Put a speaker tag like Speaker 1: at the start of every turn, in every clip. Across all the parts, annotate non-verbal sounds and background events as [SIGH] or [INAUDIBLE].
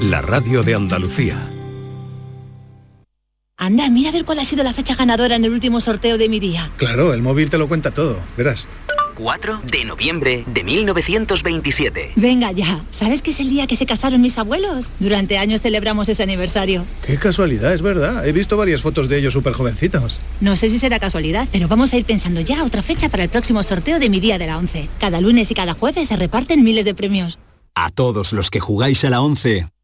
Speaker 1: la radio de Andalucía.
Speaker 2: Anda, mira a ver cuál ha sido la fecha ganadora en el último sorteo de mi día.
Speaker 3: Claro, el móvil te lo cuenta todo, verás.
Speaker 4: 4 de noviembre de 1927.
Speaker 2: Venga ya, ¿sabes que es el día que se casaron mis abuelos? Durante años celebramos ese aniversario.
Speaker 3: Qué casualidad, es verdad. He visto varias fotos de ellos súper jovencitos.
Speaker 2: No sé si será casualidad, pero vamos a ir pensando ya otra fecha para el próximo sorteo de mi día de la 11. Cada lunes y cada jueves se reparten miles de premios.
Speaker 5: A todos los que jugáis a la 11,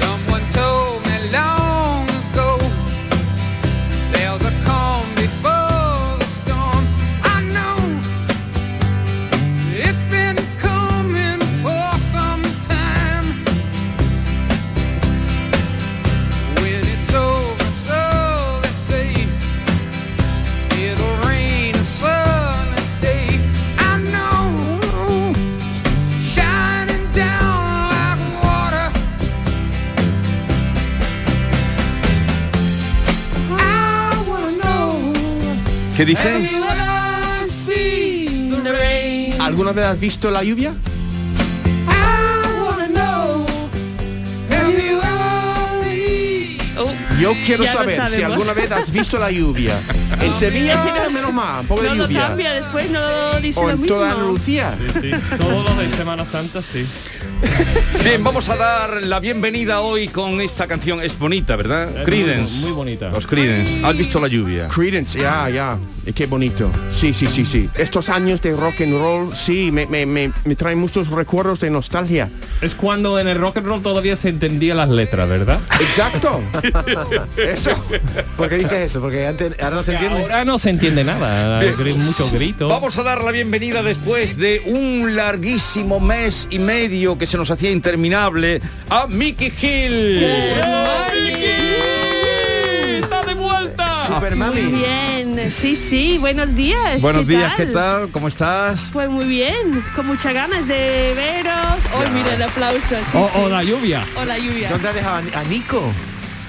Speaker 6: Someone told me long ago there's a calm before the storm. I know it's been coming for some time. When it's over, so they say it'll rain a sunny day. I know shining down like water. I wanna know.
Speaker 7: ¿Qué dice?
Speaker 6: Have you ever seen the rain?
Speaker 7: ¿Alguna vez has visto la lluvia?
Speaker 6: I wanna know. Have you ever seen?
Speaker 7: Yo quiero
Speaker 8: Ya lo
Speaker 7: saber si
Speaker 8: sabemos.
Speaker 7: alguna vez has visto
Speaker 8: [LAUGHS]
Speaker 7: la lluvia. En Sevilla, menos mal, un poco de
Speaker 8: No lo
Speaker 7: lluvia.
Speaker 8: cambia, después no dice
Speaker 7: o
Speaker 8: lo
Speaker 7: en
Speaker 8: mismo.
Speaker 7: toda Andalucía.
Speaker 9: Todos los de Semana Santa, sí.
Speaker 10: Bien, vamos a dar la bienvenida hoy con esta canción. Es bonita, ¿verdad?
Speaker 9: Es
Speaker 10: Creedence.
Speaker 9: muy- muy bonita.
Speaker 10: Los Creedence. ¿Has visto la lluvia?
Speaker 7: Credence, ya, ya. Eh, Qué bonito. Sí, sí, sí, sí. Estos años de rock and roll, sí, me, me, me, me traen muchos recuerdos de nostalgia.
Speaker 9: Es cuando en el rock and roll todavía se entendía las letras, ¿verdad?
Speaker 7: Exacto. Eso.
Speaker 11: ¿Por qué dices eso? Porque antes, ahora no se entiende.
Speaker 9: Ahora no se entiende [LAUGHS] nada. Gri- Mucho grito.
Speaker 10: Vamos a dar la bienvenida después de un larguísimo mes y medio que se nos hacía interminable a Mickey Hill.
Speaker 9: ¡Está de vuelta!
Speaker 8: Muy bien, sí, sí, buenos días.
Speaker 10: Buenos días, ¿qué tal? ¿Cómo estás?
Speaker 8: Pues muy bien, con muchas ganas de veros. Hoy mira el aplauso. sí,
Speaker 9: O,
Speaker 8: sí.
Speaker 9: o la lluvia.
Speaker 8: O la lluvia.
Speaker 11: ¿Dónde has dejado a a Nico?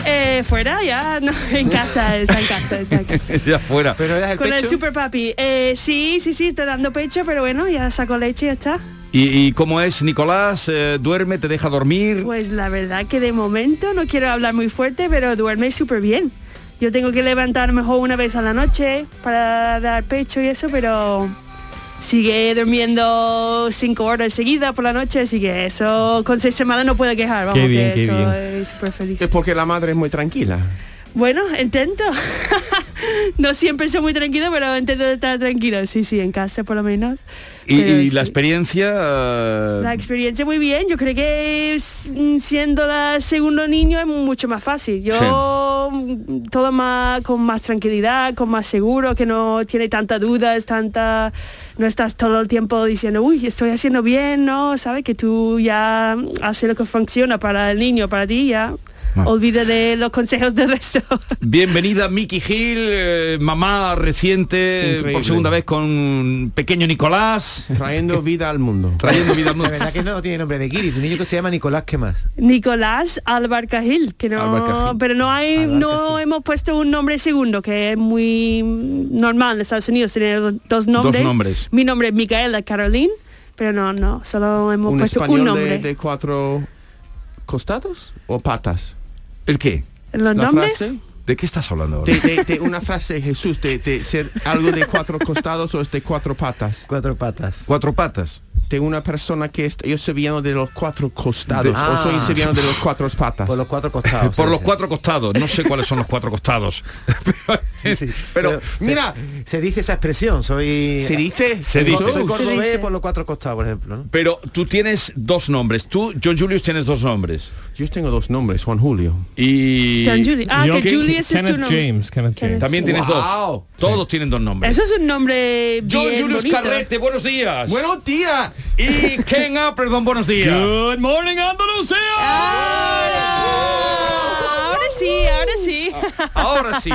Speaker 8: Eh, fuera ya, no, en casa, está en casa. está en casa.
Speaker 10: [LAUGHS] ya fuera.
Speaker 11: Pero eras el
Speaker 8: Con el
Speaker 11: pecho.
Speaker 8: super papi. Eh, sí, sí, sí, estoy dando pecho, pero bueno, ya saco leche y ya está.
Speaker 10: ¿Y, y cómo es, Nicolás? Eh, ¿Duerme? ¿Te deja dormir?
Speaker 8: Pues la verdad que de momento no quiero hablar muy fuerte, pero duerme súper bien. Yo tengo que levantar mejor una vez a la noche para dar pecho y eso, pero sigue durmiendo cinco horas seguidas por la noche, así que eso con seis semanas no puedo quejar. Vamos,
Speaker 7: Qué bien,
Speaker 8: que
Speaker 7: qué bien.
Speaker 8: estoy súper feliz.
Speaker 7: Es porque la madre es muy tranquila.
Speaker 8: Bueno, intento. [LAUGHS] no siempre soy muy tranquilo, pero intento estar tranquilo. Sí, sí, en casa por lo menos.
Speaker 10: ¿Y,
Speaker 8: Pero
Speaker 10: y la
Speaker 8: sí.
Speaker 10: experiencia? eh,
Speaker 8: La experiencia muy bien, yo creo que es, mm, siendo la segundo niño es mucho más fácil. Yo mm, todo más con más tranquilidad, con más seguro, que no tiene tantas dudas, tanta no estás todo el tiempo diciendo, uy, estoy haciendo bien, no, sabes que tú ya mm, haces lo que funciona para el niño, para ti ya. Olvida de los consejos del resto.
Speaker 10: Bienvenida Miki Gil, eh, mamá reciente, por segunda vez con pequeño Nicolás.
Speaker 7: Trayendo vida al mundo.
Speaker 10: Trayendo
Speaker 11: [LAUGHS]
Speaker 10: vida al
Speaker 11: La
Speaker 10: mundo.
Speaker 11: verdad que no tiene nombre de Guiris, un niño que se llama Nicolás, ¿qué más?
Speaker 8: Nicolás Albarcajil, que no,
Speaker 11: Albarcajil.
Speaker 8: pero no hay, no hemos puesto un nombre segundo, que es muy normal en Estados Unidos tener do- dos nombres.
Speaker 7: nombres.
Speaker 8: Mi nombre es Micaela Caroline, pero no, no, solo hemos
Speaker 7: Un
Speaker 8: puesto
Speaker 7: español
Speaker 8: un
Speaker 7: de-
Speaker 8: nombre.
Speaker 7: de cuatro costados o patas.
Speaker 10: ¿El qué?
Speaker 8: ¿Los
Speaker 7: ¿La
Speaker 8: nombres?
Speaker 7: frase?
Speaker 10: ¿De qué estás hablando ahora?
Speaker 7: Te- te- te- una frase, Jesús, de, de ser algo de cuatro costados o es de cuatro patas.
Speaker 11: Cuatro patas.
Speaker 10: Cuatro patas.
Speaker 7: De una persona que es, yo soy sevillano de los cuatro costados.
Speaker 10: De-
Speaker 7: O soy
Speaker 10: Ah.
Speaker 7: sevillano de los cuatro patas. Por
Speaker 11: los cuatro
Speaker 10: [LAUGHS]
Speaker 11: costados.
Speaker 10: Por los cuatro costados. No sé cuáles son los cuatro
Speaker 7: [LAUGHS]
Speaker 10: costados.
Speaker 11: Pero, mira, se, dice esa expresión, soy
Speaker 10: ¿Se dice? Se
Speaker 11: Soy-
Speaker 10: dice.
Speaker 11: Soy
Speaker 10: Se
Speaker 11: cordobés
Speaker 10: dice.
Speaker 11: por los cuatro costados, por ejemplo, ¿no?
Speaker 10: Pero tú tienes dos nombres. Tú, John Julius, tienes dos nombres.
Speaker 7: Yo tengo dos nombres, Juan Julio.
Speaker 10: Y...
Speaker 8: John Julius. Ah, que Julius es tu nombre. Kenneth
Speaker 10: También
Speaker 8: James.
Speaker 10: tienes dos. Todos tienen dos nombres.
Speaker 8: Eso es un nombre
Speaker 10: John
Speaker 8: bien
Speaker 10: Julius
Speaker 8: bonito.
Speaker 10: Carrete, buenos días.
Speaker 7: Buenos días.
Speaker 10: Y Ken A, perdón, buenos días.
Speaker 9: Good morning, Andalucía.
Speaker 8: Ahora sí, ahora sí.
Speaker 10: Ah, Ahora sí,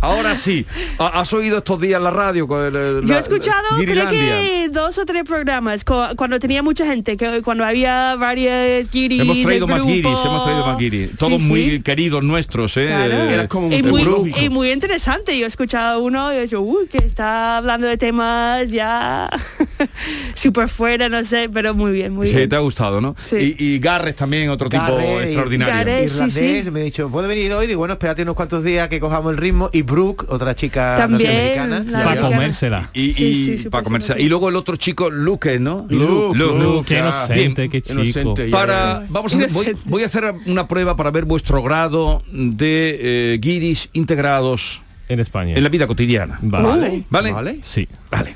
Speaker 10: ahora sí. Ha- ¿Has oído estos días la radio? con el- el-
Speaker 8: Yo he
Speaker 10: la-
Speaker 8: escuchado creo
Speaker 10: Guirilandia?
Speaker 8: que dos o tres programas cu- cuando tenía mucha gente, que cuando había varias guiris.
Speaker 10: Hemos traído
Speaker 8: el
Speaker 10: más
Speaker 8: grupo.
Speaker 10: guiris, hemos traído más guiris. Todos
Speaker 8: Sí,
Speaker 10: muy
Speaker 8: sí.
Speaker 10: queridos nuestros, ¿eh?
Speaker 8: Claro.
Speaker 10: Era como un
Speaker 8: y, muy,
Speaker 10: grupo.
Speaker 8: y muy interesante. Yo he escuchado uno y he dicho, uy, que está hablando de temas ya [LAUGHS] súper fuera, no sé, pero muy bien, muy
Speaker 10: Sí,
Speaker 8: bien.
Speaker 10: te ha gustado, ¿no?
Speaker 8: Sí.
Speaker 10: Y, y Garres también, otro tipo
Speaker 11: Garrett,
Speaker 10: extraordinario.
Speaker 11: irlandés, me ha dicho, ¿puedo venir hoy? Digo, bueno, espérate unos cuantos días que cojamos el ritmo. Y Brooke, otra chica
Speaker 8: También,
Speaker 11: norteamericana.
Speaker 8: la Pa' americana. comérsela.
Speaker 10: Y, y
Speaker 8: Sí, sí, súper
Speaker 10: para comercial. Y luego el otro chico, Luque, ¿no?
Speaker 9: Luke, Luke, qué
Speaker 10: ah,
Speaker 9: inocente,
Speaker 10: bien. eh.
Speaker 9: qué chico. Inocente, ya,
Speaker 10: para,
Speaker 9: ya.
Speaker 10: vamos a hacer- voy, voy a hacer una prueba para ver vuestro grado de eh, guiris integrados
Speaker 9: en España.
Speaker 10: En la vida cotidiana.
Speaker 9: Vale.
Speaker 10: ¿Vale?
Speaker 9: Sí.
Speaker 10: Vale.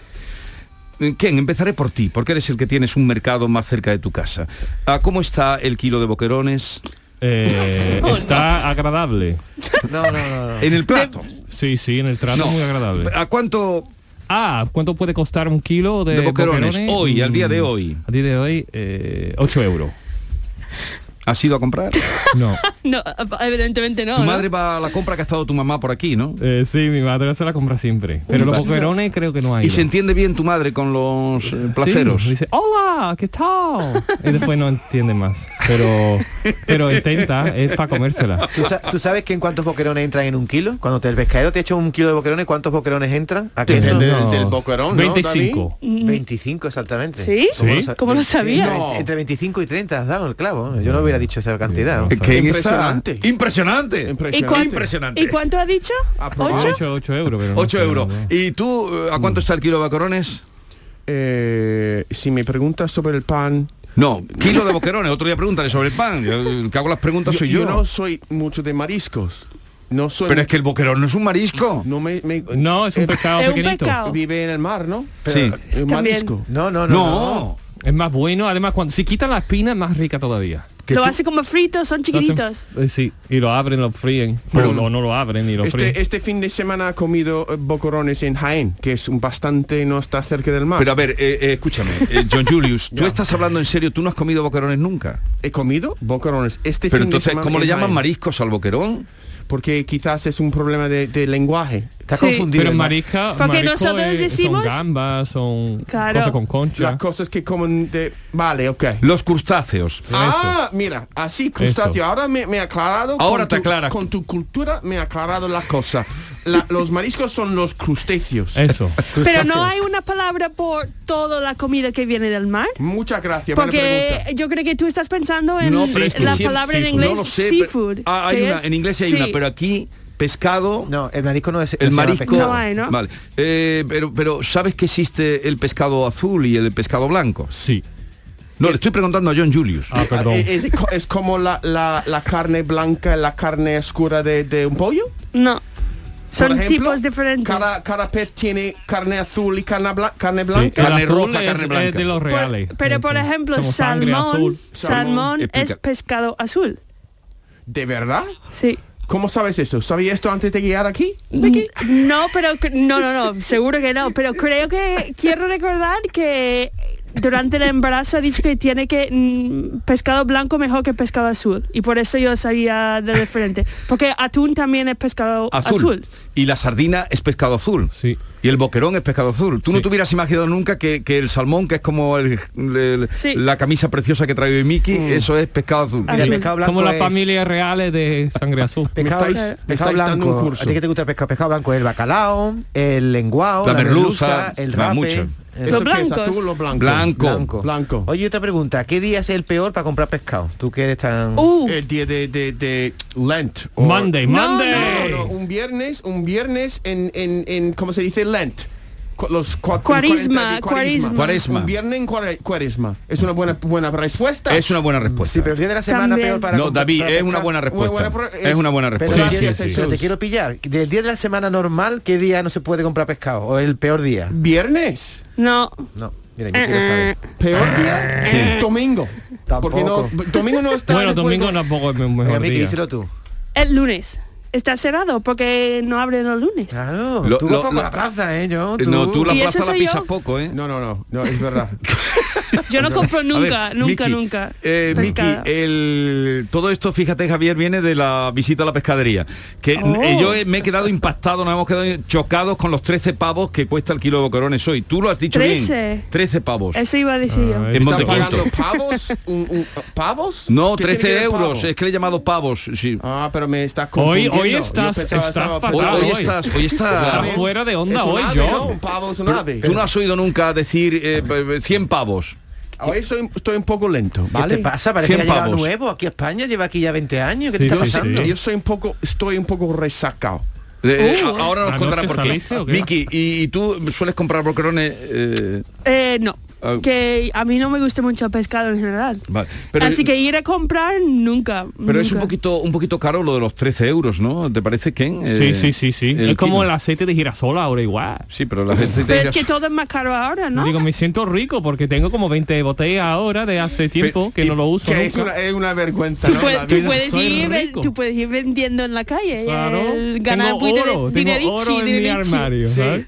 Speaker 10: Eh, Ken, empezaré por ti, porque eres el que tienes un mercado más cerca de tu casa. Ah, ¿Cómo está el kilo de boquerones?
Speaker 8: [LAUGHS]
Speaker 9: Eh, está agradable.
Speaker 11: No, no, no.
Speaker 10: En el plato.
Speaker 9: Sí, sí, en el trato
Speaker 10: No.
Speaker 9: muy agradable.
Speaker 10: ¿A cuánto?
Speaker 9: Ah, ¿cuánto puede costar un kilo de,
Speaker 10: De boquerones, hoy, al día de
Speaker 9: Mm,
Speaker 10: hoy.
Speaker 9: Al día de hoy, eh, 8 euros.
Speaker 10: ¿Has ido a comprar?
Speaker 9: [LAUGHS] No.
Speaker 8: [LAUGHS] No, evidentemente no.
Speaker 10: tu
Speaker 8: ¿no?
Speaker 10: madre va a la compra que ha estado tu mamá por aquí, ¿no?
Speaker 9: Eh, sí, mi madre se la compra siempre. Pero los
Speaker 10: Vale.
Speaker 9: boquerones creo que no hay.
Speaker 10: Y se entiende bien tu madre con los eh, placeros.
Speaker 9: dice, ¡Hola! ¿Qué tal? Y después no entiende más. Pero, pero intenta, es para comérsela.
Speaker 11: ¿Tú, sa- tú sabes que en cuántos boquerones entran en un kilo? Cuando te, el pescadero te echa un kilo de boquerones, ¿cuántos boquerones entran? ¿A
Speaker 7: Del-
Speaker 11: eso?
Speaker 7: del- del boquerón, ¿no, 25.
Speaker 8: David?
Speaker 11: 25 exactamente.
Speaker 8: ¿Sí? ¿Sí?
Speaker 11: sa- eh,
Speaker 8: ¿Cómo lo sabía?
Speaker 11: Entre-
Speaker 8: No.
Speaker 11: Entre 25 y 30 has dado el clavo. Yo no hubiera dicho esa cantidad.
Speaker 10: Eh, Ken está- Impresionante.
Speaker 8: ¿Y
Speaker 10: Impresionante.
Speaker 8: cuánto, ¿Y cuánto ha dicho? ¿Ocho?
Speaker 9: 8, euros, pero no
Speaker 10: 8
Speaker 9: sé,
Speaker 10: euros. ¿Y tú eh, a cuánto está el kilo de boquerones?
Speaker 7: Eh, si me preguntas sobre el pan,
Speaker 10: No, kilo de boquerones. Otro día pregúntale sobre el pan. Yo, el que hago las preguntas soy yo.
Speaker 7: no soy mucho de mariscos. No soy
Speaker 10: Pero es que el boquerón no es un marisco.
Speaker 7: No, me, me-
Speaker 9: No, es un pescado pequeñito.
Speaker 7: eh, Vive en el mar, ¿no?
Speaker 9: Sí.
Speaker 7: El marisco.
Speaker 11: No, no,
Speaker 9: no, no. Es más bueno, además cuando si quitan la espina es más rica todavía.
Speaker 8: Lo hace como frito, son
Speaker 9: Lo hacen-
Speaker 8: chiquititos.
Speaker 9: eh, sí, y lo abren, lo fríen. Pero no, no lo abren y lo fríen.
Speaker 7: Este, este fin de semana ha comido eh, boquerones en Jaén, que es un bastante no está cerca del mar.
Speaker 10: Pero a ver, eh, eh, escúchame, eh, John
Speaker 7: [LAUGHS]
Speaker 10: Julius, tú estás hablando en serio, tú no has comido boquerones nunca.
Speaker 7: He comido boquerones este
Speaker 10: Pero
Speaker 7: fin de
Speaker 10: entonces,
Speaker 7: semana
Speaker 10: ¿cómo le
Speaker 7: en
Speaker 10: llaman
Speaker 7: Jaén.
Speaker 10: mariscos al boquerón?
Speaker 7: Porque quizás es un problema de, de lenguaje.
Speaker 11: Está
Speaker 9: Pero marisca,
Speaker 8: Porque
Speaker 9: marisco
Speaker 8: nosotros
Speaker 9: es-
Speaker 8: decimos-
Speaker 9: son gambas, son
Speaker 8: Claro.
Speaker 9: cosas con concha.
Speaker 7: Las cosas que comen de... Vale, ok.
Speaker 10: Los crustáceos.
Speaker 7: Ah, mira, así crustáceo.
Speaker 10: Esto.
Speaker 7: Ahora me, me ha aclarado.
Speaker 10: Ahora
Speaker 7: con
Speaker 10: te
Speaker 7: tu-
Speaker 10: aclara.
Speaker 7: Con tu cultura me ha aclarado la cosa. La- los mariscos son los crustáceos. [LAUGHS]
Speaker 9: Eso.
Speaker 8: Pero no hay una palabra por toda la comida que viene del mar.
Speaker 7: Muchas gracias. buena
Speaker 8: Porque
Speaker 7: pregunta.
Speaker 8: yo creo que tú estás pensando en
Speaker 10: No, pero es que
Speaker 8: la
Speaker 10: siempre-
Speaker 8: palabra en
Speaker 10: seafood.
Speaker 8: inglés
Speaker 10: No lo sé, pero-
Speaker 8: seafood.
Speaker 10: Ah, hay
Speaker 8: que
Speaker 10: una,
Speaker 8: es-
Speaker 10: en inglés hay
Speaker 8: sí.
Speaker 10: una, pero aquí pescado.
Speaker 11: No, el marisco no es
Speaker 10: El
Speaker 11: no se llama
Speaker 10: marisco.
Speaker 11: pescado.
Speaker 10: Vale. Eh, pero, pero ¿sabes que existe el pescado azul y el pescado blanco?
Speaker 9: Sí.
Speaker 10: No, le estoy preguntando a John Julius. Eh,
Speaker 9: Ah,
Speaker 7: Eh, ¿Es, es co- es como la, la- la carne blanca, la carne oscura de, de un pollo?
Speaker 8: No. Son tipos
Speaker 7: diferentes. Cada, cada pez tiene carne azul y carne, blan- carne
Speaker 9: Sí,
Speaker 7: blanca.
Speaker 9: el azul es- es de los reales.
Speaker 8: Pero por ejemplo,
Speaker 9: Somos sangre azul.
Speaker 8: salmón, salmón es
Speaker 7: Explica.
Speaker 8: pescado azul.
Speaker 7: ¿De verdad?
Speaker 8: Sí.
Speaker 7: ¿Cómo sabes eso? ¿Sabía esto antes de llegar aquí?
Speaker 8: No, pero cre- no, no, no, [LAUGHS] seguro que no, pero creo que quiero recordar que durante el embarazo ha dicho que tiene que mm, pescado blanco mejor que pescado azul y por eso yo sabía de diferente, porque atún también es pescado azul.
Speaker 10: Y la sardina es pescado azul.
Speaker 9: Sí.
Speaker 10: Y el boquerón es pescado azul. Tú no te hubieras imaginado nunca que, que el salmón, que es como el- el-
Speaker 8: Sí.
Speaker 10: la camisa preciosa que trae Miki, eso es pescado azul.
Speaker 9: Mira, Mm. como las familias reales de sangre
Speaker 7: [LAUGHS]
Speaker 9: azul.
Speaker 11: Pescado, pescado blanco. ¿A ti que te gusta el pescado? Pescado blanco, el bacalao, el lenguao,
Speaker 10: La
Speaker 11: la,
Speaker 10: merluza,
Speaker 11: merluza, el
Speaker 10: la
Speaker 11: rape. Eh,
Speaker 10: mucha.
Speaker 11: el-
Speaker 7: Los Eso piensas blancos. tú, los blancos. Blanco.
Speaker 11: Blanco. Oye, otra pregunta, ¿qué día es el peor para comprar pescado? Tú que eres tan...
Speaker 7: El día de, de- de Lent.
Speaker 11: Monday,
Speaker 7: No,
Speaker 11: Monday.
Speaker 7: no, no, un viernes, un viernes en, en, en ¿cómo se dice? Lent. Cu- Los cua-
Speaker 8: Cuaresma,
Speaker 7: 40 cuaresma.
Speaker 8: cuaresma.
Speaker 7: Un viernes en cuare- cuaresma. Es una buena buena respuesta.
Speaker 10: Es una buena respuesta. Sí, pero
Speaker 11: el día de la
Speaker 10: semana También. peor para
Speaker 7: No,
Speaker 10: comp- David,
Speaker 7: para
Speaker 10: es
Speaker 7: pescar.
Speaker 10: una buena respuesta.
Speaker 7: pro-
Speaker 10: Es una buena
Speaker 11: Pero,
Speaker 10: respuesta.
Speaker 11: te
Speaker 10: Sí,
Speaker 11: quiero-
Speaker 10: sí, sí.
Speaker 11: pero te quiero pillar. Del día de la semana normal, ¿qué día no se puede comprar pescado? ¿O el peor día?
Speaker 7: ¿Viernes?
Speaker 8: No. Eh,
Speaker 11: No. Mira, yo quiero saber.
Speaker 7: Peor día, domingo. Porque no,
Speaker 9: Tampoco. [LAUGHS]
Speaker 7: domingo no está.
Speaker 9: Bueno,
Speaker 7: no puede-
Speaker 9: domingo tampoco es mi mejor
Speaker 7: Miki,
Speaker 9: día.
Speaker 7: díselo
Speaker 11: tú.
Speaker 8: El lunes. Está cerrado porque no abren los lunes.
Speaker 11: Claro.
Speaker 10: Lo- tú vas lo- poco a la lo-
Speaker 11: plaza, ¿eh? Yo,
Speaker 10: No, tú la
Speaker 8: ¿Y eso
Speaker 10: plaza la
Speaker 8: soy yo?
Speaker 10: pisas poco, ¿eh?
Speaker 7: No, no, no, no, es verdad.
Speaker 8: [LAUGHS] Yo no compro nunca,
Speaker 10: A ver,
Speaker 8: nunca,
Speaker 10: Miki,
Speaker 8: nunca.
Speaker 10: Eh, Miki,
Speaker 8: pescado.
Speaker 10: el- todo esto, fíjate, Javier, viene de la visita a la pescadería. Que
Speaker 8: Oh.
Speaker 10: eh, yo he- me he quedado impactado, nos hemos quedado chocados con los 13 pavos que cuesta el kilo de boquerones hoy. Tú lo has dicho bien.
Speaker 8: 13.
Speaker 10: 13 pavos.
Speaker 8: Eso iba a decir yo.
Speaker 10: Ah, En
Speaker 7: ¿Están
Speaker 10: Montequinto.
Speaker 7: pagando pavos? Un- un- ¿Pavos?
Speaker 10: No,
Speaker 7: ¿Qué tiene que
Speaker 10: 13
Speaker 7: ver pavo?
Speaker 10: euros, es que le he llamado pavos, sí.
Speaker 7: Ah, pero me estás
Speaker 9: Hoy,
Speaker 7: confundiendo.
Speaker 9: hoy
Speaker 7: Yo
Speaker 9: estás,
Speaker 7: pensaba
Speaker 9: estás
Speaker 7: estaba-
Speaker 9: fatal.
Speaker 10: Hoy estás- hoy estás-
Speaker 9: Estás fuera de onda
Speaker 7: Es un
Speaker 9: hoy,
Speaker 7: ave, ¿no?
Speaker 9: yo.
Speaker 7: Un pavo es un
Speaker 10: Pero-
Speaker 7: ave.
Speaker 10: Tú no has oído nunca decir eh, b- b- 100 pavos.
Speaker 7: Hoy soy- estoy un poco lento, ¿vale?
Speaker 11: ¿Qué te pasa? Parece que ha
Speaker 10: 100
Speaker 11: llegado
Speaker 10: pavos.
Speaker 11: nuevo aquí a España, lleva aquí ya 20 años.
Speaker 7: Sí,
Speaker 11: ¿Qué te está
Speaker 7: yo, soy-
Speaker 11: pasando?
Speaker 7: yo soy un poco, estoy un poco resacado.
Speaker 10: Eh,
Speaker 8: Uh.
Speaker 10: a- ahora nos
Speaker 8: ¿Anoche
Speaker 10: contará por qué.
Speaker 8: saliste o qué?
Speaker 10: Miki, ¿y, y tú sueles comprar boquerones? eh,
Speaker 8: Eh, no.
Speaker 10: Ah.
Speaker 8: Que a mí no me gusta mucho el pescado en general.
Speaker 10: vale. Pero-
Speaker 8: Así que ir a comprar nunca.
Speaker 10: Pero es un
Speaker 8: nunca.
Speaker 10: poquito, un poquito caro lo de los 13 euros, ¿no? ¿Te parece, Ken? Eh,
Speaker 9: Sí, sí, sí, sí. Es como el aceite de girasol ahora igual.
Speaker 10: Sí, pero la gente
Speaker 8: Ah. Pero es que todo es más caro ahora, ¿no?
Speaker 9: Digo, me siento rico porque tengo como 20 botellas ahora de hace tiempo que no lo uso
Speaker 7: Que es,
Speaker 9: nunca.
Speaker 7: una, es una vergüenza.
Speaker 8: Tú,
Speaker 7: ¿no?
Speaker 8: puedes-
Speaker 7: La
Speaker 8: tú
Speaker 7: vida.
Speaker 8: puedes
Speaker 9: Soy
Speaker 8: ir, ven-
Speaker 9: rico.
Speaker 8: tú puedes ir vendiendo en la calle. eh,
Speaker 9: Claro.
Speaker 8: el ganar
Speaker 9: Tengo
Speaker 8: dineri-
Speaker 9: oro, tengo
Speaker 8: dinerichi,
Speaker 9: oro en mi
Speaker 8: dinerichi.
Speaker 9: armario,
Speaker 8: Sí.
Speaker 9: ¿sabes?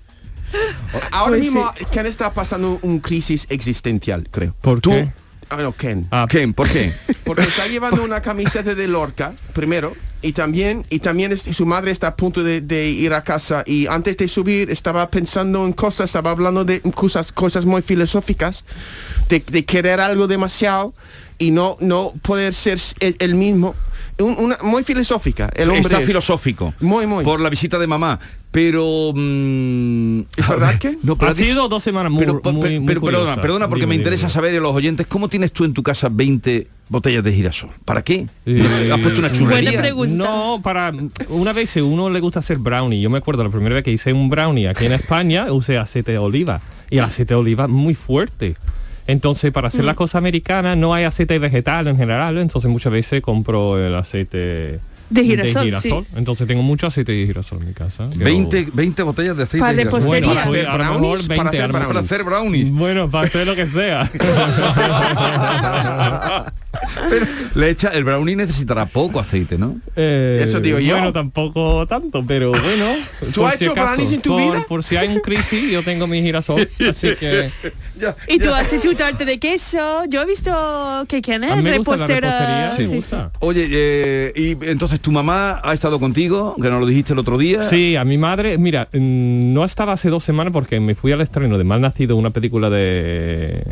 Speaker 7: Ahora
Speaker 8: Pues
Speaker 7: mismo, Ken está pasando un crisis existencial, creo.
Speaker 9: ¿Por
Speaker 7: ¿Tú?
Speaker 9: qué?
Speaker 7: Ah, no, Ken.
Speaker 10: Ken,
Speaker 9: [LAUGHS]
Speaker 10: ¿por qué?
Speaker 7: Porque está llevando una camiseta de Lorca, primero, y también, y también es- su madre está a punto de, de ir a casa. Y antes de subir estaba pensando en cosas, estaba hablando de cosas, cosas muy filosóficas, de, de querer algo demasiado y no, no poder ser el, el mismo. Un- una- muy filosófica, el hombre.
Speaker 10: Está
Speaker 7: es.
Speaker 10: filosófico.
Speaker 7: Muy, muy.
Speaker 10: Por la visita de mamá. Pero... mm,
Speaker 7: ¿Es
Speaker 10: a
Speaker 7: verdad
Speaker 10: ver,
Speaker 7: que?
Speaker 10: No, pero
Speaker 9: Ha
Speaker 10: has dicho-
Speaker 9: sido Ah, dos semanas muy,
Speaker 10: pero, pe-
Speaker 9: muy-
Speaker 10: pe-
Speaker 9: muy
Speaker 10: pero perdona,
Speaker 9: curiosas.
Speaker 10: perdona, porque
Speaker 9: Dime,
Speaker 10: me
Speaker 9: dime,
Speaker 10: interesa
Speaker 9: dime.
Speaker 10: saber a los oyentes, ¿cómo tienes tú en tu casa 20 botellas de girasol? ¿Para qué? [LAUGHS]
Speaker 9: Eh,
Speaker 10: ¿Has puesto una churrería?
Speaker 9: No, para una vez si uno le gusta hacer brownie. Yo me acuerdo la primera vez que hice un brownie aquí
Speaker 8: [LAUGHS]
Speaker 9: en España usé aceite de oliva y el aceite de oliva es muy fuerte. Entonces para
Speaker 8: Mm.
Speaker 9: hacer las cosas americanas no hay aceite vegetal en general, entonces muchas veces compro el aceite
Speaker 8: De girasol, sí.
Speaker 9: Entonces tengo mucho aceite de girasol en mi casa.
Speaker 10: 20, 20 botellas de aceite
Speaker 8: Para
Speaker 10: de girasol.
Speaker 9: Bueno, pues, a lo mejor 20
Speaker 10: para hacer
Speaker 9: a lo mejor.
Speaker 10: para hacer brownies.
Speaker 9: Bueno, para hacer lo que
Speaker 10: [LAUGHS]
Speaker 9: sea.
Speaker 10: Le echa, el brownie necesitará poco aceite, ¿no?
Speaker 9: Eh,
Speaker 10: Eso digo yo.
Speaker 9: Bueno, tampoco tanto,
Speaker 10: [LAUGHS]
Speaker 9: pero bueno.
Speaker 10: ¿Tú
Speaker 9: por
Speaker 10: has hecho
Speaker 9: acaso,
Speaker 10: brownies en tu
Speaker 9: por,
Speaker 10: vida?
Speaker 9: Por si hay un crisis, yo tengo mi girasol, así
Speaker 10: [LAUGHS]
Speaker 9: que...
Speaker 8: Y
Speaker 11: [LAUGHS]
Speaker 8: tú haces tu tarta de queso. Yo he visto que quién
Speaker 10: A mí
Speaker 8: es
Speaker 10: me gusta la
Speaker 8: repostera.
Speaker 10: repostería, me
Speaker 8: sí,
Speaker 10: gusta. Oye, eh, y entonces tu mamá ha estado contigo, que nos lo dijiste el otro día.
Speaker 9: Sí, a mi madre, mira, mm, no estaba hace dos semanas porque me fui al estreno de Mal Nacido, una película de,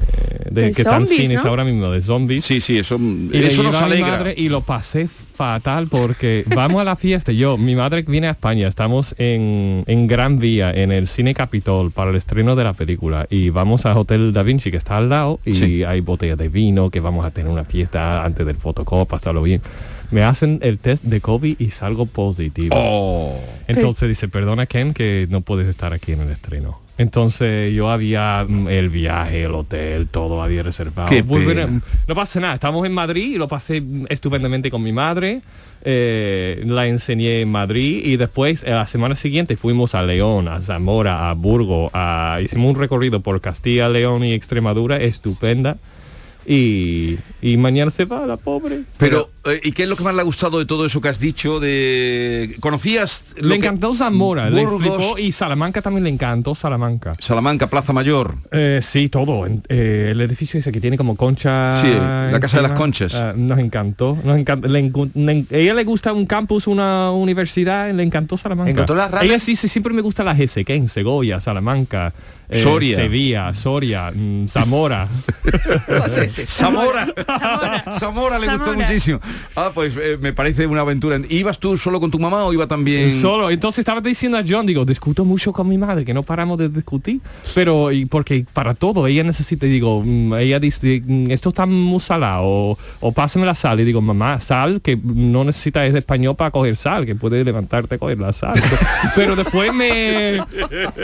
Speaker 9: de,
Speaker 10: De
Speaker 9: que está en
Speaker 10: zombies,
Speaker 9: cines
Speaker 10: ¿no?
Speaker 9: ahora mismo, de zombies.
Speaker 10: Sí, sí, eso,
Speaker 9: le llevé
Speaker 10: eso nos
Speaker 9: a mi
Speaker 10: alegra.
Speaker 9: madre y lo pasé fatal porque [LAUGHS] vamos a la fiesta. Yo, mi madre viene a España, estamos en, en Gran Vía, en el Cine Capitol, para el estreno de la película. Y vamos al Hotel Da Vinci, que está al lado, y hay botellas de vino, que vamos a tener una fiesta antes del fotocop, pasarlo bien. Me hacen el test de COVID y salgo positivo. Entonces dice, perdona Ken, que no puedes estar aquí en el estreno. Entonces yo había mm, el viaje, el hotel, todo había reservado.
Speaker 10: Qué
Speaker 9: Pues,
Speaker 10: pena.
Speaker 9: bueno, no pasa nada, estamos en Madrid y lo pasé estupendamente con mi madre. eh, la enseñé en Madrid y después eh, la semana siguiente fuimos a León, a Zamora, a Burgo, a, hicimos un recorrido por Castilla, León y Extremadura, estupenda. Y, y mañana se va la pobre.
Speaker 10: Pero eh, ¿Y qué es lo que más le ha gustado de todo eso que has dicho? De... ¿Conocías? lo
Speaker 9: Le
Speaker 10: que-
Speaker 9: encantó Zamora, le
Speaker 10: Burgos,
Speaker 9: flipó, y Salamanca también le encantó Salamanca.
Speaker 10: Salamanca, Plaza Mayor.
Speaker 9: Eh, sí, todo. En- eh, el edificio ese que tiene como concha.
Speaker 10: Sí, la Casa de las Conchas.
Speaker 9: Ah, nos encantó. Nos encantó le encu- le en- ella le gusta un campus, una universidad, le encantó Salamanca.
Speaker 11: Encontró las ramas.
Speaker 9: Ella sí, sí, siempre me gusta la Gesequén, Segovia, Salamanca, eh,
Speaker 10: Soria.
Speaker 9: Sevilla, Soria, mm,
Speaker 11: [LAUGHS]
Speaker 9: Zamora.
Speaker 10: [LAUGHS] Zamora. [LAUGHS] Zamora le gustó
Speaker 9: Zamora.
Speaker 10: muchísimo. Ah, pues eh, me parece una aventura. ¿Ibas tú solo con tu mamá o iba también...?
Speaker 9: Solo, entonces estaba diciendo a John, digo, discuto mucho con mi madre, que no paramos de discutir, pero y porque para todo ella necesita, y digo, mm, ella dice, mm, esto está muy salado, o, o pásame la sal, y digo, mamá, sal, que no necesitas el español para coger sal, que puedes levantarte a coger la sal. pero [LAUGHS] después me,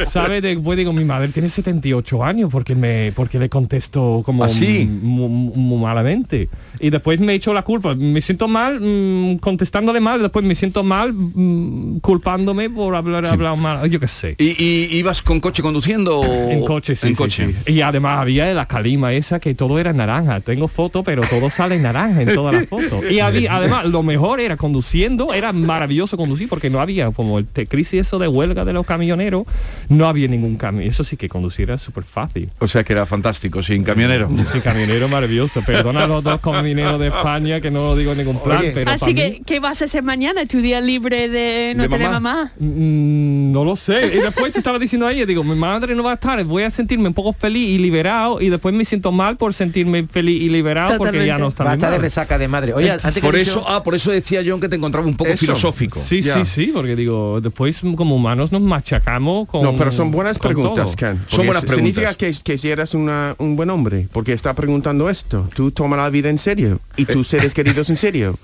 Speaker 9: ¿sabes? Después digo, mi madre tiene 78 años, porque me porque le contesto como
Speaker 10: Así.
Speaker 9: mm, mu- mu- muy malamente. Y después me echo la culpa. Me siento mal mm, contestándole mal, después me siento mal mm, culpándome por hablar, hablado mal. Yo qué sé.
Speaker 10: ¿Y, y ibas con coche conduciendo o...?
Speaker 9: En coche, sí,
Speaker 10: En
Speaker 9: sí,
Speaker 10: coche.
Speaker 9: sí. Y además había la calima esa que todo era naranja. Tengo fotos, pero todo sale naranja en todas las fotos. Y había, además, lo mejor era conduciendo, era maravilloso conducir porque no había, como el te- crisis eso de huelga de los camioneros, no había ningún camión. Eso sí que conducir era súper fácil.
Speaker 10: O sea que era fantástico, sin camionero.
Speaker 9: Sin camionero maravilloso. Perdona a los dos camioneros de España que no lo digo en ningún plan, pero
Speaker 8: Así
Speaker 9: para
Speaker 8: que,
Speaker 9: mí-
Speaker 8: ¿qué vas a hacer mañana? ¿Tu día libre de no
Speaker 9: ¿De
Speaker 8: tener
Speaker 9: mamá?
Speaker 8: mamá?
Speaker 9: Mm, no lo sé. Y después estaba diciendo a ella, digo, mi madre no va a estar, voy a sentirme un poco feliz y liberado y después me siento mal por sentirme feliz y liberado Ah, porque ya no está mi
Speaker 11: Basta de
Speaker 9: madre.
Speaker 11: resaca de madre. Oye, antes que
Speaker 10: por
Speaker 11: he
Speaker 10: eso,
Speaker 11: dicho-
Speaker 10: ah, por eso decía John que te encontraba un poco
Speaker 11: Eso.
Speaker 10: filosófico.
Speaker 9: Sí,
Speaker 10: Ya.
Speaker 9: sí, sí, porque digo, después como humanos nos machacamos con...
Speaker 7: no, pero son buenas
Speaker 9: con
Speaker 7: preguntas,
Speaker 9: todo.
Speaker 7: Ken. porque si- Significa que, que si eres una- un buen hombre, porque está preguntando esto. Tú tomas la vida en serio
Speaker 10: [LAUGHS]
Speaker 7: y tus seres queridos en serio.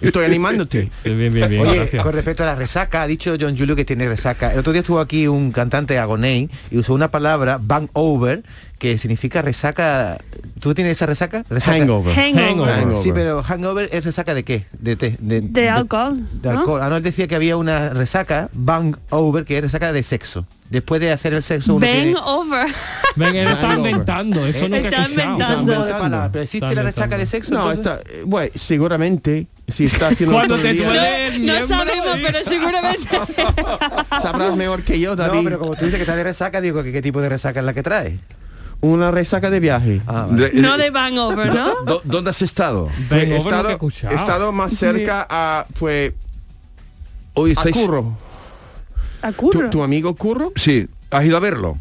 Speaker 7: Estoy animándote.
Speaker 9: bien, bien,
Speaker 7: bien.
Speaker 11: Oye,
Speaker 7: gracias.
Speaker 11: con respecto a la resaca, ha dicho John Julio que tiene resaca. El otro día estuvo aquí un cantante agoney y usó una palabra, bang over, que significa resaca. ¿Tú tienes esa resaca? Resaca.
Speaker 7: Hangover. Hangover. Hangover.
Speaker 11: Sí, pero hangover es resaca de qué? De té, de,
Speaker 8: De alcohol.
Speaker 11: de
Speaker 8: ¿no?
Speaker 11: alcohol. Ah, no, él decía que había una resaca, bang over, que es resaca de sexo. Después de hacer el sexo uno
Speaker 8: Bang
Speaker 11: tiene-
Speaker 9: [LAUGHS]
Speaker 8: over.
Speaker 9: Ven, él está
Speaker 11: Hangover.
Speaker 9: inventando, eso
Speaker 11: Eh,
Speaker 9: nunca he
Speaker 11: está
Speaker 9: escuchado.
Speaker 11: inventando. Está inventando. Pero existe Está la resaca inventando. de sexo,
Speaker 7: No,
Speaker 11: entonces-
Speaker 7: está, eh, bueno, seguramente si está haciendo
Speaker 9: Cuando
Speaker 7: todo el
Speaker 9: te
Speaker 7: día-
Speaker 9: duele el
Speaker 8: No sabemos,
Speaker 9: ahí.
Speaker 8: pero seguramente.
Speaker 7: [LAUGHS] Sabrás mejor que yo, David.
Speaker 11: No, pero como tú dices que está de resaca, digo que qué tipo de resaca es la que trae. Ah,
Speaker 7: Una resaca de viaje.
Speaker 10: De- eh,
Speaker 8: No de bang over, ¿no?
Speaker 10: ¿Dó- ¿Dónde has estado?
Speaker 7: Pues,
Speaker 9: Hangover
Speaker 7: he
Speaker 9: nunca he
Speaker 7: estado,
Speaker 9: escuchado.
Speaker 7: he estado más cerca a pues
Speaker 10: Hoy
Speaker 7: a
Speaker 10: estáis-
Speaker 7: Curro.
Speaker 8: ¿A
Speaker 7: ¿Tu, tu amigo Curro?
Speaker 10: Sí. ¿Has ido a verlo?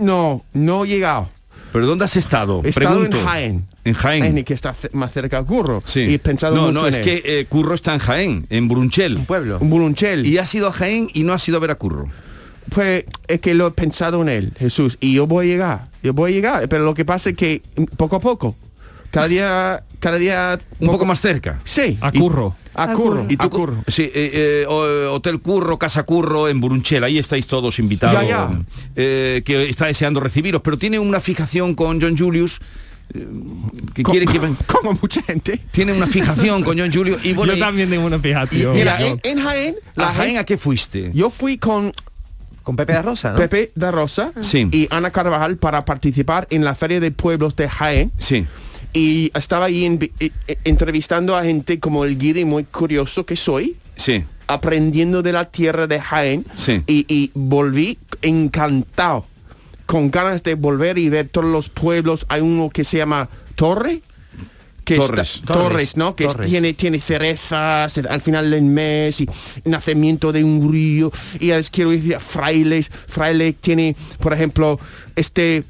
Speaker 7: No, no he llegado.
Speaker 10: ¿Pero dónde has estado?
Speaker 7: He estado
Speaker 10: Pregunto.
Speaker 7: en Jaén.
Speaker 10: En Jaén.
Speaker 7: En el que está ce- más cerca a Curro.
Speaker 10: Sí.
Speaker 7: Y he pensado
Speaker 10: no,
Speaker 7: mucho
Speaker 10: no,
Speaker 7: en
Speaker 10: es
Speaker 7: él.
Speaker 10: que eh, Curro está en Jaén, en Brunchel. Un
Speaker 11: pueblo.
Speaker 7: Un Brunchel.
Speaker 10: Y has ido a Jaén y no has ido a ver a Curro.
Speaker 7: Pues es que lo he pensado en él, Jesús. Y yo voy a llegar. Yo voy a llegar. Pero lo que pasa es que mm, poco a poco. Cada día. Cada día.
Speaker 10: Un poco más cerca.
Speaker 7: Sí.
Speaker 9: A
Speaker 7: Y-
Speaker 9: Curro.
Speaker 7: A Curro.
Speaker 10: ¿Y tú,
Speaker 7: a Curro.
Speaker 10: Sí, eh, eh, o- Hotel Curro, Casa Curro, en Brunchel, ahí estáis todos invitados.
Speaker 7: Ya, ya.
Speaker 10: eh, que está deseando recibiros, pero tiene una fijación con John Julius. eh, Que
Speaker 7: Co- [LAUGHS]
Speaker 10: quiere que
Speaker 7: Como mucha gente.
Speaker 10: tiene una fijación con John Julius y bueno
Speaker 9: Yo
Speaker 10: y-
Speaker 9: también tengo una pija,
Speaker 10: y-
Speaker 9: tío.
Speaker 7: Mira,
Speaker 9: Yo-
Speaker 7: en, en Jaén.
Speaker 10: ¿A
Speaker 7: La
Speaker 10: Jaén
Speaker 7: gente-
Speaker 10: a qué fuiste?
Speaker 7: yo fui con
Speaker 11: Con Pepe de Rosa, ¿no? Ah.
Speaker 7: Pepe da Rosa
Speaker 10: Sí.
Speaker 7: y Ana Carvajal para participar en la Feria de Pueblos de Jaén.
Speaker 10: Sí.
Speaker 7: Y estaba ahí en- eh, eh, entrevistando a gente como el guiri muy curioso que soy,
Speaker 10: Sí.
Speaker 7: aprendiendo de la tierra de Jaén.
Speaker 10: Sí.
Speaker 7: Y, y volví encantado, con ganas de volver y ver todos los pueblos. Hay uno que se llama Torre. Que está-
Speaker 10: Torres.
Speaker 7: Torres,
Speaker 11: Torres,
Speaker 7: ¿no? Que es-
Speaker 11: Torres.
Speaker 7: tiene, tiene cerezas al final del mes y nacimiento de un río. Y es- quiero decir, frailes, fraile tiene, por ejemplo, este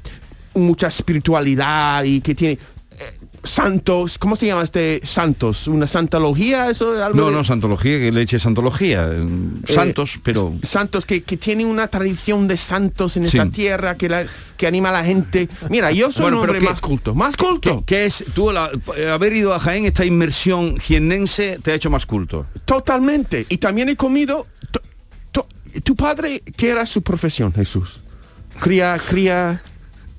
Speaker 7: mucha espiritualidad y que tiene eh, santos, ¿cómo se llama este santos? ¿Una santalogía? Eso, algo
Speaker 10: No,
Speaker 7: de-
Speaker 10: no, santología, que le eche santología. eh, Santos, pero...
Speaker 7: santos que, que tiene una tradición de santos en
Speaker 10: Sí.
Speaker 7: esta tierra que, la- que anima a la gente. Mira, yo soy
Speaker 10: Bueno,
Speaker 7: un
Speaker 10: pero
Speaker 7: hombre
Speaker 10: ¿qué-
Speaker 7: más culto, más culto.
Speaker 10: ¿Qué es? Tú, la- eh, haber ido a Jaén, esta inmersión jiennense, te ha hecho más culto.
Speaker 7: Totalmente. Y también he comido. to- to- tu padre, ¿qué era su profesión, Jesús? Cría, cría.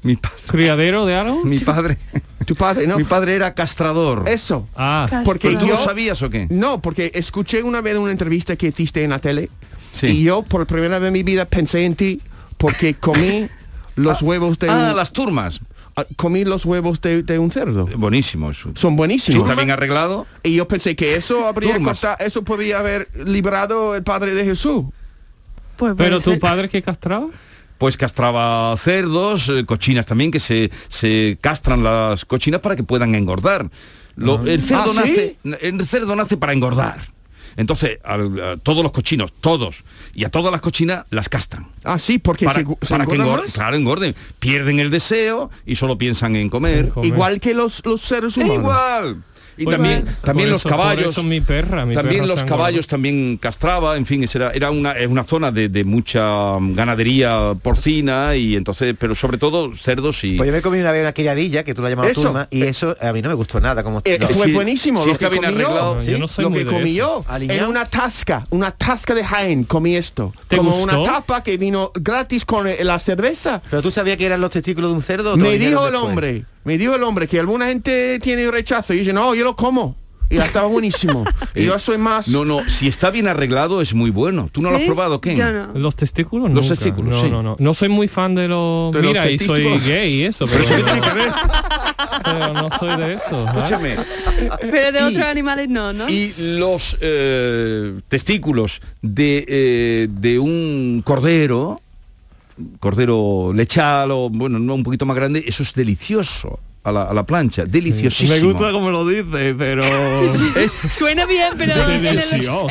Speaker 10: Mi, pa-
Speaker 9: ¿Criadero de algo?
Speaker 10: mi padre
Speaker 7: Tu padre, ¿no?
Speaker 10: mi padre era castrador.
Speaker 7: Eso.
Speaker 9: Ah,
Speaker 7: Porque
Speaker 10: ¿Pero tú
Speaker 7: yo-
Speaker 10: lo sabías o qué?
Speaker 7: No, porque escuché una vez una entrevista que hiciste en la tele
Speaker 10: Sí.
Speaker 7: y yo por
Speaker 10: [LAUGHS]
Speaker 7: primera vez en mi vida pensé en ti porque comí los huevos de
Speaker 10: Ah,
Speaker 7: un-
Speaker 10: las turmas. Eh,
Speaker 7: ah, comí los huevos de, de un cerdo.
Speaker 10: Buenísimo eso.
Speaker 7: Son buenísimos.
Speaker 10: Está bien arreglado.
Speaker 7: Y yo pensé
Speaker 10: [LAUGHS]
Speaker 7: que eso habría
Speaker 10: Turmas.
Speaker 7: corta- eso podía haber librado el padre de Jesús.
Speaker 9: Pero tu padre que castraba.
Speaker 10: Pues castraba cerdos, eh, cochinas también, que se, se castran las cochinas para que puedan engordar. Lo- el, cerdo
Speaker 7: ¿Ah, sí?
Speaker 10: nace, el cerdo nace para engordar. Entonces, al- a todos los cochinos, todos, y a todas las cochinas las castran.
Speaker 7: Ah, sí, porque
Speaker 10: para,
Speaker 7: se, se
Speaker 10: para que
Speaker 7: engorda
Speaker 10: engor-
Speaker 7: más.
Speaker 10: claro, engorden. Pierden el deseo y solo piensan en comer.
Speaker 7: Igual que los, los seres humanos.
Speaker 10: Igual. Y
Speaker 7: Pues
Speaker 10: también,
Speaker 7: igual.
Speaker 10: también
Speaker 7: Por
Speaker 10: los
Speaker 7: eso- por
Speaker 10: caballos.
Speaker 7: eso mi perra, mi
Speaker 10: también
Speaker 7: perra
Speaker 10: los
Speaker 7: se engorda.
Speaker 10: caballos también castraba, en fin, esa era, era una, es una zona de, de mucha mm, ganadería porcina y entonces, pero sobre todo cerdos y.
Speaker 11: Pues yo me comí una vez una criadilla que tú la llamabas
Speaker 10: Eso,
Speaker 11: turma y eso a mí no me gustó nada como
Speaker 7: Eh,
Speaker 11: no.
Speaker 7: fue buenísimo lo que comí yo,
Speaker 11: Sí.
Speaker 7: lo que comí yo en
Speaker 11: Aliñado.
Speaker 7: una tasca una tasca de Jaén comí esto
Speaker 11: ¿Te
Speaker 7: como
Speaker 11: gustó?
Speaker 7: una tapa que vino gratis con eh, la cerveza
Speaker 11: pero tú sabías que eran los testículos de un cerdo o te lo
Speaker 7: me
Speaker 11: dijeron
Speaker 7: dijo el
Speaker 11: después?
Speaker 7: hombre me dijo el hombre que alguna gente tiene rechazo y dice no yo lo como y
Speaker 9: [LAUGHS]
Speaker 7: estaba buenísimo y yo soy más
Speaker 10: eh, No, no, si está bien arreglado es muy bueno. ¿Tú no lo has
Speaker 7: ¿Sí?
Speaker 10: probado, Ken?
Speaker 7: Yo no.
Speaker 9: Los testículos
Speaker 10: Los
Speaker 9: nunca.
Speaker 10: testículos,
Speaker 9: no,
Speaker 10: sí.
Speaker 9: no, no. No soy muy fan de los.
Speaker 7: Pues
Speaker 10: De los
Speaker 9: Mira, y soy
Speaker 10: testículos.
Speaker 9: gay y eso, pero, no, pero no soy de
Speaker 11: [LAUGHS]
Speaker 9: eso. ¿vale?
Speaker 10: Escúchame.
Speaker 8: Pero de otros animales no, ¿no?
Speaker 10: Y los eh, testículos de, eh, de un cordero, cordero lechal o bueno, no un poquito más grande, eso es delicioso a la, a la plancha, deliciosísimo.
Speaker 9: Me gusta como lo dice, pero.
Speaker 8: Suena bien, pero en el,
Speaker 10: Delicioso.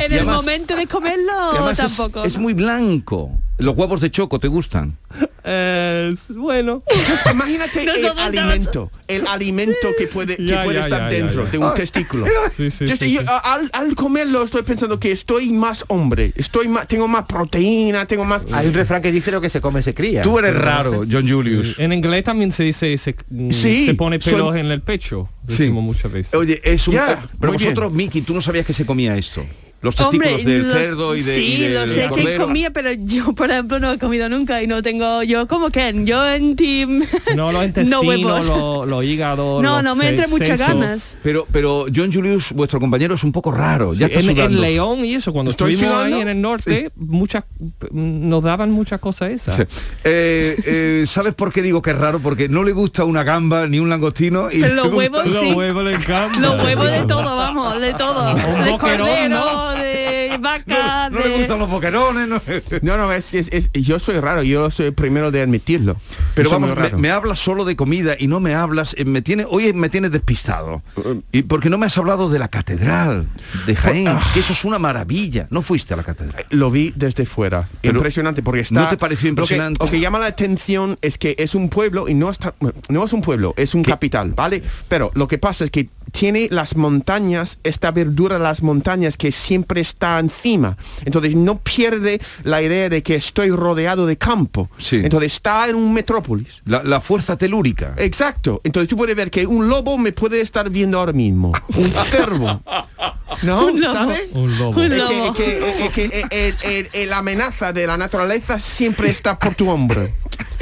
Speaker 8: en
Speaker 10: Y
Speaker 8: el
Speaker 10: además-
Speaker 8: momento de
Speaker 10: Y
Speaker 8: comerlo
Speaker 10: además es-
Speaker 8: tampoco.
Speaker 10: es muy blanco. Los huevos de choco te gustan.
Speaker 9: Eh, bueno.
Speaker 7: imagínate el
Speaker 8: Nosotros estamos-
Speaker 7: alimento el alimento que puede que
Speaker 9: Ya,
Speaker 7: puede
Speaker 9: ya, ya,
Speaker 7: estar
Speaker 9: ya,
Speaker 7: dentro
Speaker 9: ya.
Speaker 7: de un
Speaker 9: Ah,
Speaker 7: testículo
Speaker 9: Sí, sí,
Speaker 7: Yo
Speaker 9: sí,
Speaker 7: estoy-
Speaker 9: sí.
Speaker 7: yo, a- al, al comerlo estoy pensando que estoy más hombre, estoy más, tengo más proteína, tengo más.
Speaker 11: Hay un refrán que dice lo que se come se cría.
Speaker 10: John Julius.
Speaker 9: En inglés también se dice se, mm,
Speaker 10: Sí,
Speaker 9: se pone
Speaker 10: son-
Speaker 9: pelos en el pecho. Decimos muchas veces.
Speaker 10: Oye, es un... eh,
Speaker 9: Ya,
Speaker 10: pero
Speaker 9: muy bien.
Speaker 10: vosotros, Miki, tú no sabías que se comía esto. Los
Speaker 8: Hombre,
Speaker 10: testículos del
Speaker 8: los-
Speaker 10: cerdo y, de,
Speaker 8: sí,
Speaker 10: y del
Speaker 8: lo sé que
Speaker 10: cordero.
Speaker 8: comía, pero yo, por ejemplo, no he comido nunca y no tengo... Yo como Ken, yo en team... [LAUGHS]
Speaker 9: No los
Speaker 8: No
Speaker 9: intestinos,
Speaker 10: [LAUGHS]
Speaker 8: huevos.
Speaker 9: los los hígados.
Speaker 8: No,
Speaker 9: los
Speaker 8: no, me entra
Speaker 9: se-
Speaker 8: muchas
Speaker 9: sesos.
Speaker 8: ganas.
Speaker 10: Pero, pero John Julius, vuestro compañero, es un poco raro. Ya está
Speaker 9: en, en
Speaker 10: sudando.
Speaker 9: León y eso, cuando
Speaker 10: ¿Estoy
Speaker 9: estuvimos
Speaker 10: sudando?
Speaker 9: ahí en el norte, muchas nos daban muchas cosas esas.
Speaker 10: Sí. Eh, eh, ¿Sabes por qué digo que es raro? Porque no le gusta una gamba ni un langostino. Y
Speaker 8: Pero [LAUGHS] [LAUGHS] los
Speaker 10: [LAUGHS] le gusta-
Speaker 8: huevos sí. Los huevos
Speaker 9: le encantan.
Speaker 8: Los huevos de todo, vamos, de todo. De
Speaker 10: boquerón,
Speaker 8: cordero, de vaca, de...
Speaker 10: los boquerones. No,
Speaker 7: [LAUGHS] no, es, es- es- yo soy raro, yo soy el primero de admitirlo.
Speaker 10: Pero
Speaker 7: Soy
Speaker 10: vamos,
Speaker 7: muy
Speaker 10: me,
Speaker 7: raro.
Speaker 10: me hablas solo de comida y no me hablas, eh, me tiene, hoy me tienes despistado. Y porque no me has hablado de la catedral de Jaén, que eso es una maravilla. No fuiste a la catedral.
Speaker 7: Pues, ah. Lo vi desde fuera.
Speaker 10: Pero,
Speaker 7: impresionante porque está.
Speaker 10: ¿no te pareció
Speaker 7: lo que-
Speaker 10: impresionante?
Speaker 7: Lo que, llama la atención es que es un pueblo y no está, no es un pueblo, es un capital, ¿vale? Pero lo que pasa es que tiene las montañas, esta verdura de las montañas que siempre está encima. Entonces no pierde la idea de que estoy rodeado de campo. Entonces está en un metrópolis.
Speaker 10: La, la fuerza telúrica.
Speaker 7: Exacto. Entonces tú puedes ver que un lobo me puede estar viendo ahora mismo. Un
Speaker 6: [LAUGHS]
Speaker 7: cervo. ¿No?
Speaker 6: Un lobo.
Speaker 7: ¿Sabe?
Speaker 6: Un lobo.
Speaker 7: Es que-
Speaker 6: Un lobo.
Speaker 7: es que- es que- es que, eh, el- el- la amenaza de la naturaleza siempre está por tu hombro.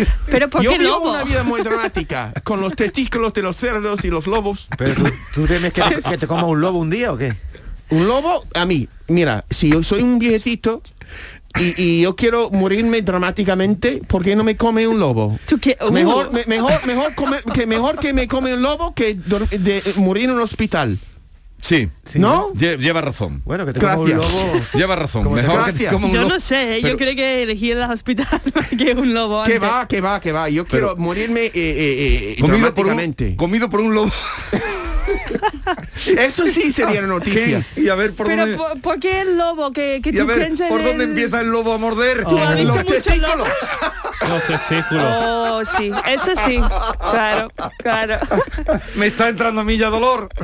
Speaker 8: [LAUGHS] Pero ¿por
Speaker 7: Yo
Speaker 8: qué
Speaker 7: vivo
Speaker 8: lobo?
Speaker 7: una vida muy dramática con los testículos de los cerdos y los lobos.
Speaker 11: Pero tú, ¿tú temes que,
Speaker 7: [LAUGHS]
Speaker 11: que te coma un lobo un día o qué?
Speaker 7: Un lobo, a mí, mira, si yo soy un viejecito y, y yo quiero morirme dramáticamente, ¿por qué no me come un lobo?
Speaker 8: Uh.
Speaker 7: Mejor, me- mejor, mejor, comer- que mejor que me come un lobo que dor- de- eh, morir en un hospital.
Speaker 10: Sí.
Speaker 7: ¿No?
Speaker 10: Lle- lleva razón.
Speaker 11: Bueno, que
Speaker 7: te coma un Gracias. lobo.
Speaker 10: [LAUGHS] Lleva razón. Mejor que te coma un
Speaker 8: Yo
Speaker 10: lobo.
Speaker 8: no sé, eh, yo
Speaker 10: Pero-
Speaker 8: creo que elegí el hospital [LAUGHS] que un lobo.
Speaker 7: Que
Speaker 8: antes.
Speaker 7: va, que va, que va. Yo
Speaker 10: Pero-
Speaker 7: quiero morirme eh, eh, eh,
Speaker 10: Comido por, un,
Speaker 7: dramáticamente.
Speaker 10: comido por un lobo.
Speaker 7: [LAUGHS] Eso sí sería una noticia.
Speaker 10: ¿Qué? Ah, Y a ver por
Speaker 8: Pero
Speaker 10: dónde...
Speaker 8: por, ¿por qué el lobo? Que, que
Speaker 10: Y a
Speaker 8: tú
Speaker 10: ver,
Speaker 8: piensas
Speaker 10: ¿por
Speaker 8: en
Speaker 10: dónde
Speaker 8: el-
Speaker 10: empieza el lobo a morder?
Speaker 8: ¿Tú has visto
Speaker 10: Los
Speaker 8: muchos lobos?
Speaker 9: Los testículos.
Speaker 8: Oh, sí, eso sí, claro,
Speaker 10: [LAUGHS]
Speaker 8: claro.
Speaker 10: Ah, Me está entrando a mí ya dolor.
Speaker 7: [LAUGHS]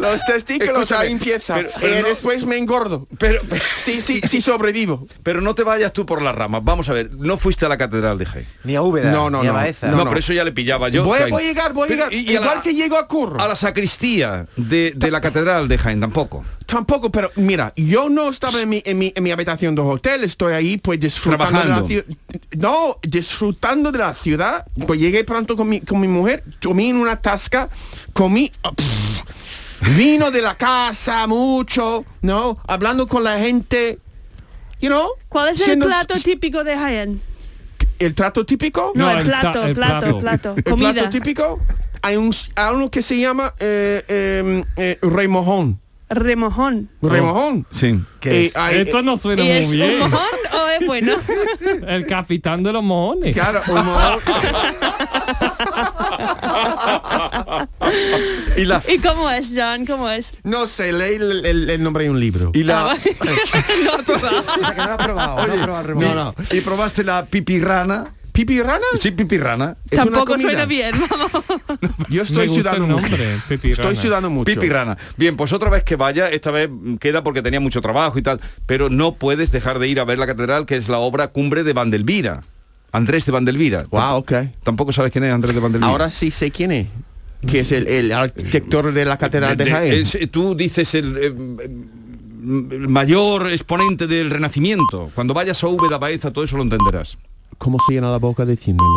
Speaker 7: Los testículos
Speaker 10: Escúchame,
Speaker 7: ahí empieza.
Speaker 10: pero- pero
Speaker 7: Eh,
Speaker 10: no-
Speaker 7: después me engordo.
Speaker 10: Pero
Speaker 7: sí, sí, sí sobrevivo.
Speaker 10: Pero no te vayas tú por las ramas. Vamos a ver, no fuiste a la catedral de Jaén.
Speaker 11: Ni a Úbeda,
Speaker 10: No, no,
Speaker 11: ni a
Speaker 10: no.
Speaker 11: Baeza.
Speaker 10: No, pero eso ya le pillaba yo.
Speaker 7: voy,
Speaker 10: Jaén.
Speaker 7: voy a llegar, voy a
Speaker 10: Pero-
Speaker 7: llegar.
Speaker 10: y- y a la-
Speaker 7: Igual que llego a Curro.
Speaker 10: a la sacristía de, de la catedral de Jaén tampoco.
Speaker 7: Tampoco, pero mira, yo no estaba en mi, en mi, en mi habitación de hotel, estoy ahí pues disfrutando
Speaker 10: Trabajando.
Speaker 7: de la ciudad. No, disfrutando de la ciudad. Pues llegué pronto con mi, con mi mujer, comí en una tasca, comí... ah, pff, vino de la casa mucho, ¿no? Hablando con la gente, you know.
Speaker 8: ¿Cuál es el
Speaker 7: siendo-
Speaker 8: plato típico de Jaén?
Speaker 7: ¿El trato típico?
Speaker 8: No, No, el el ta- plato, el plato, plato. plato.
Speaker 7: ¿El
Speaker 8: Comida.
Speaker 7: plato típico? Hay, un, hay uno que se llama eh, eh, eh, remojón.
Speaker 8: Remojón.
Speaker 7: ¿Remojón?
Speaker 10: Sí.
Speaker 7: ¿Qué
Speaker 9: Eh,
Speaker 7: es? ay,
Speaker 9: Esto no suena
Speaker 8: ¿Y
Speaker 9: muy
Speaker 8: es un
Speaker 9: bien.
Speaker 8: mojón o Oh, es
Speaker 10: [LAUGHS]
Speaker 8: bueno?
Speaker 9: El capitán de los mojones.
Speaker 7: Claro, un mojón. ¿Y, la,
Speaker 8: ¿Y cómo es, John? ¿Cómo es? Ah,
Speaker 7: No sé, leí el, el- el nombre de un libro. Y
Speaker 10: la... [LAUGHS]
Speaker 8: no ha probado.
Speaker 7: Oye,
Speaker 8: [LAUGHS]
Speaker 10: No, no. ¿Y probaste la pipirrana?
Speaker 7: ¿Pipirrana?
Speaker 10: Sí, pipirrana.
Speaker 7: Es una
Speaker 8: Tampoco
Speaker 7: comida.
Speaker 8: suena bien, vamos.
Speaker 7: Yo estoy sudando mucho. Estoy sudando mucho.
Speaker 10: Pipirrana. Bien, pues otra vez que vaya, esta vez mm, queda porque tenía mucho trabajo y tal, pero no puedes dejar de ir a ver la catedral, que es la obra cumbre de Vandelvira. Andrés de Vandelvira.
Speaker 7: Wow, ok.
Speaker 10: Tampoco sabes quién es Andrés de Vandelvira.
Speaker 7: Ahora sí sé quién es. Que es el, el arquitector de la catedral de Jaén.
Speaker 10: es- tú dices el, eh, mm, el mayor exponente del Renacimiento. Cuando vayas a Úbeda Baeza, todo eso lo entenderás.
Speaker 7: ¿Cómo se llena la boca diciéndolo?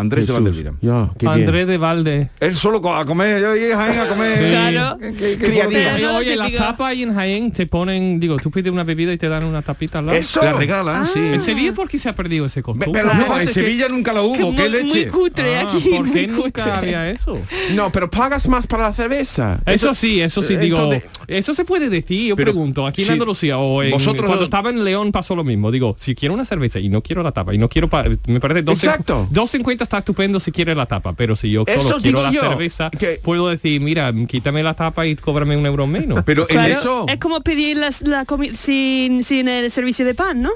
Speaker 10: Andrés de Vandelvira.
Speaker 7: Ya, qué bien.
Speaker 9: Andrés de Valde.
Speaker 10: Él solo co- a comer, yo iba a Jaén a comer.
Speaker 9: Claro.
Speaker 10: ¿Qué- qué- qué
Speaker 9: Criadilla.
Speaker 10: bonito?
Speaker 9: Oye, oye, las tapas ahí en Jaén te ponen, digo, tú pides una bebida y te dan una tapita al lado. Ah.
Speaker 10: Eso. La regalan, sí.
Speaker 9: En Sevilla, ¿por qué se ha perdido ese costumbre?
Speaker 10: Pero no, en Sevilla nunca la hubo, qué leche.
Speaker 9: Ah, ¿Por qué nunca había eso?
Speaker 7: No, pero pagas más para la cerveza. eh,
Speaker 9: Eso sí, eso sí, digo, eso se puede decir, yo
Speaker 10: Pero,
Speaker 9: pregunto, aquí
Speaker 10: sí.
Speaker 9: en Andalucía o en,
Speaker 10: Vosotros
Speaker 9: cuando
Speaker 10: no-
Speaker 9: estaba en León pasó lo mismo, digo, si quiero una cerveza y no quiero la tapa y no quiero, pa- me parece, 12
Speaker 7: Exacto.
Speaker 9: 2.50 está estupendo si quiere la tapa, pero si yo solo
Speaker 7: Eso
Speaker 9: quiero
Speaker 7: digo
Speaker 9: la
Speaker 7: yo,
Speaker 9: cerveza, puedo decir, mira, quítame la tapa y cóbrame un euro menos.
Speaker 10: [LAUGHS] Pero
Speaker 8: Claro, Eh, Es como pedir las, la comida sin, sin el servicio de pan, ¿no?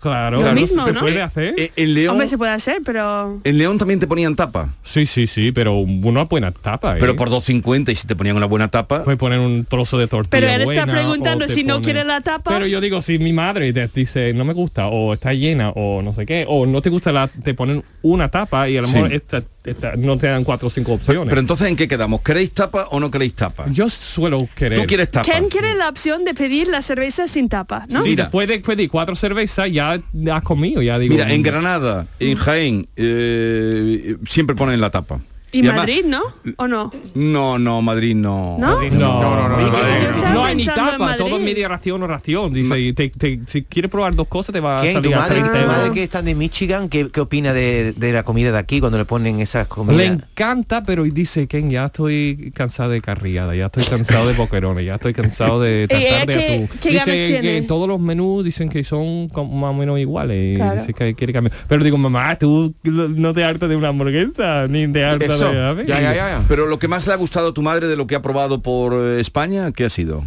Speaker 9: Claro,
Speaker 8: Lo
Speaker 9: claro,
Speaker 8: mismo,
Speaker 9: se
Speaker 8: ¿no? Eh,
Speaker 9: puede hacer.
Speaker 10: eh, En León,
Speaker 8: Hombre, se puede hacer, pero...
Speaker 10: en León también te ponían tapa.
Speaker 9: Sí, sí, sí, pero una buena tapa.
Speaker 10: Pero por 2.50 y si te ponían una buena tapa.
Speaker 9: Me ponen un trozo de tortilla.
Speaker 8: Pero él está
Speaker 9: buena,
Speaker 8: preguntando
Speaker 9: o te
Speaker 8: si no
Speaker 9: ponen-
Speaker 8: quiere la tapa.
Speaker 9: Pero yo digo, si mi madre te dice no me gusta, o está llena, o no sé qué, o no te gusta la, te ponen una tapa y a lo
Speaker 10: Sí.
Speaker 9: mejor esta- esta- no te dan cuatro o cinco opciones.
Speaker 10: Pero entonces en qué quedamos? ¿Queréis tapa o no queréis tapa?
Speaker 9: Yo suelo querer.
Speaker 10: Tú quieres tapa.
Speaker 8: ¿Quién quiere la opción de pedir la cerveza sin tapa, no?
Speaker 9: Sí, después de pedir cuatro cervezas ya has comido, ya digo.
Speaker 10: Mira, en Granada, en Jaén, eh, siempre ponen la tapa.
Speaker 8: Y,
Speaker 10: además-
Speaker 8: Madrid, ¿no? ¿O no?
Speaker 10: No, no, Madrid no.
Speaker 8: ¿No? Madrid
Speaker 9: no.
Speaker 10: no, no, no,
Speaker 9: Yo
Speaker 10: Madrid no.
Speaker 9: No hay ni
Speaker 8: pensando en
Speaker 9: tapa,
Speaker 8: Madrid.
Speaker 9: todo es media ración o ración. Dice, y te- te- si quieres probar dos cosas te va a
Speaker 11: ¿Quién? ¿Tu
Speaker 9: salir a
Speaker 11: madre,
Speaker 9: 30
Speaker 11: tu
Speaker 9: euros.
Speaker 11: madre que están de Michigan? ¿Qué, qué opina de, de la comida de aquí cuando le ponen esas
Speaker 9: Le
Speaker 11: comidas?
Speaker 9: encanta, pero dice que ya estoy cansado de carriada, ya estoy cansado de boquerones, ya estoy cansado
Speaker 10: [LAUGHS]
Speaker 9: de
Speaker 8: ¿Y ella
Speaker 9: tartar de
Speaker 8: Eh, qué-
Speaker 9: atún.
Speaker 8: qué
Speaker 9: dice
Speaker 8: ganas tiene?
Speaker 9: que todos los menús dicen que son como más o menos iguales. y
Speaker 8: Claro.
Speaker 9: Dice que quiere cambiar. Pero digo, mamá, tú no te hartas de una hamburguesa, ni te hartas
Speaker 10: Eso.
Speaker 9: de... a ver".
Speaker 10: Pero lo que más le ha gustado a tu madre de lo que ha probado por eh, España, ¿qué ha sido?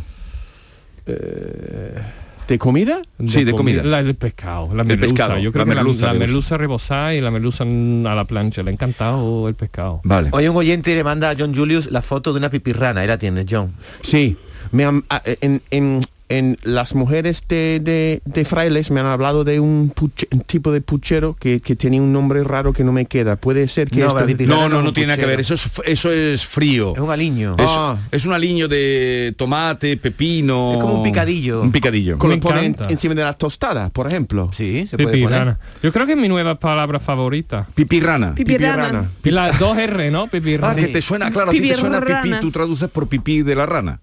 Speaker 7: ¿De comida?
Speaker 10: Sí, de comida.
Speaker 9: La- el pescado, la
Speaker 10: El
Speaker 9: merluza.
Speaker 10: pescado,
Speaker 9: Yo creo
Speaker 10: la
Speaker 9: que la-
Speaker 10: merluza
Speaker 9: la,
Speaker 10: le gusta.
Speaker 9: merluza rebozada y la merluza mm, a la plancha. Le ha encantado el pescado.
Speaker 10: Vale.
Speaker 11: Hoy un oyente le manda a John Julius la foto de una pipirrana. Ahí la tienes, John.
Speaker 7: Sí, me han- a- en, en- en las mujeres de, de- de frailes me han hablado de un, puche- un tipo de puchero que, que tiene un nombre raro que no me queda. Puede ser que esto-
Speaker 10: No, no, no tiene nada que ver. Eso es, f- eso es frío. Es un
Speaker 11: aliño.
Speaker 10: Es,
Speaker 7: Ah.
Speaker 10: un aliño de tomate, pepino.
Speaker 7: Es como un picadillo.
Speaker 10: Un picadillo.
Speaker 7: Con- lo ponen encima de las tostadas, por ejemplo.
Speaker 11: Sí, se
Speaker 9: Pipirrana. Yo creo que es mi nueva palabra favorita.
Speaker 10: Pipirrana.
Speaker 7: Pipirrana.
Speaker 9: Y las dos R, ¿no? Pipirrana.
Speaker 10: Ah, que te suena, claro, a ti te suena pipí, tú traduces por pipí de la rana.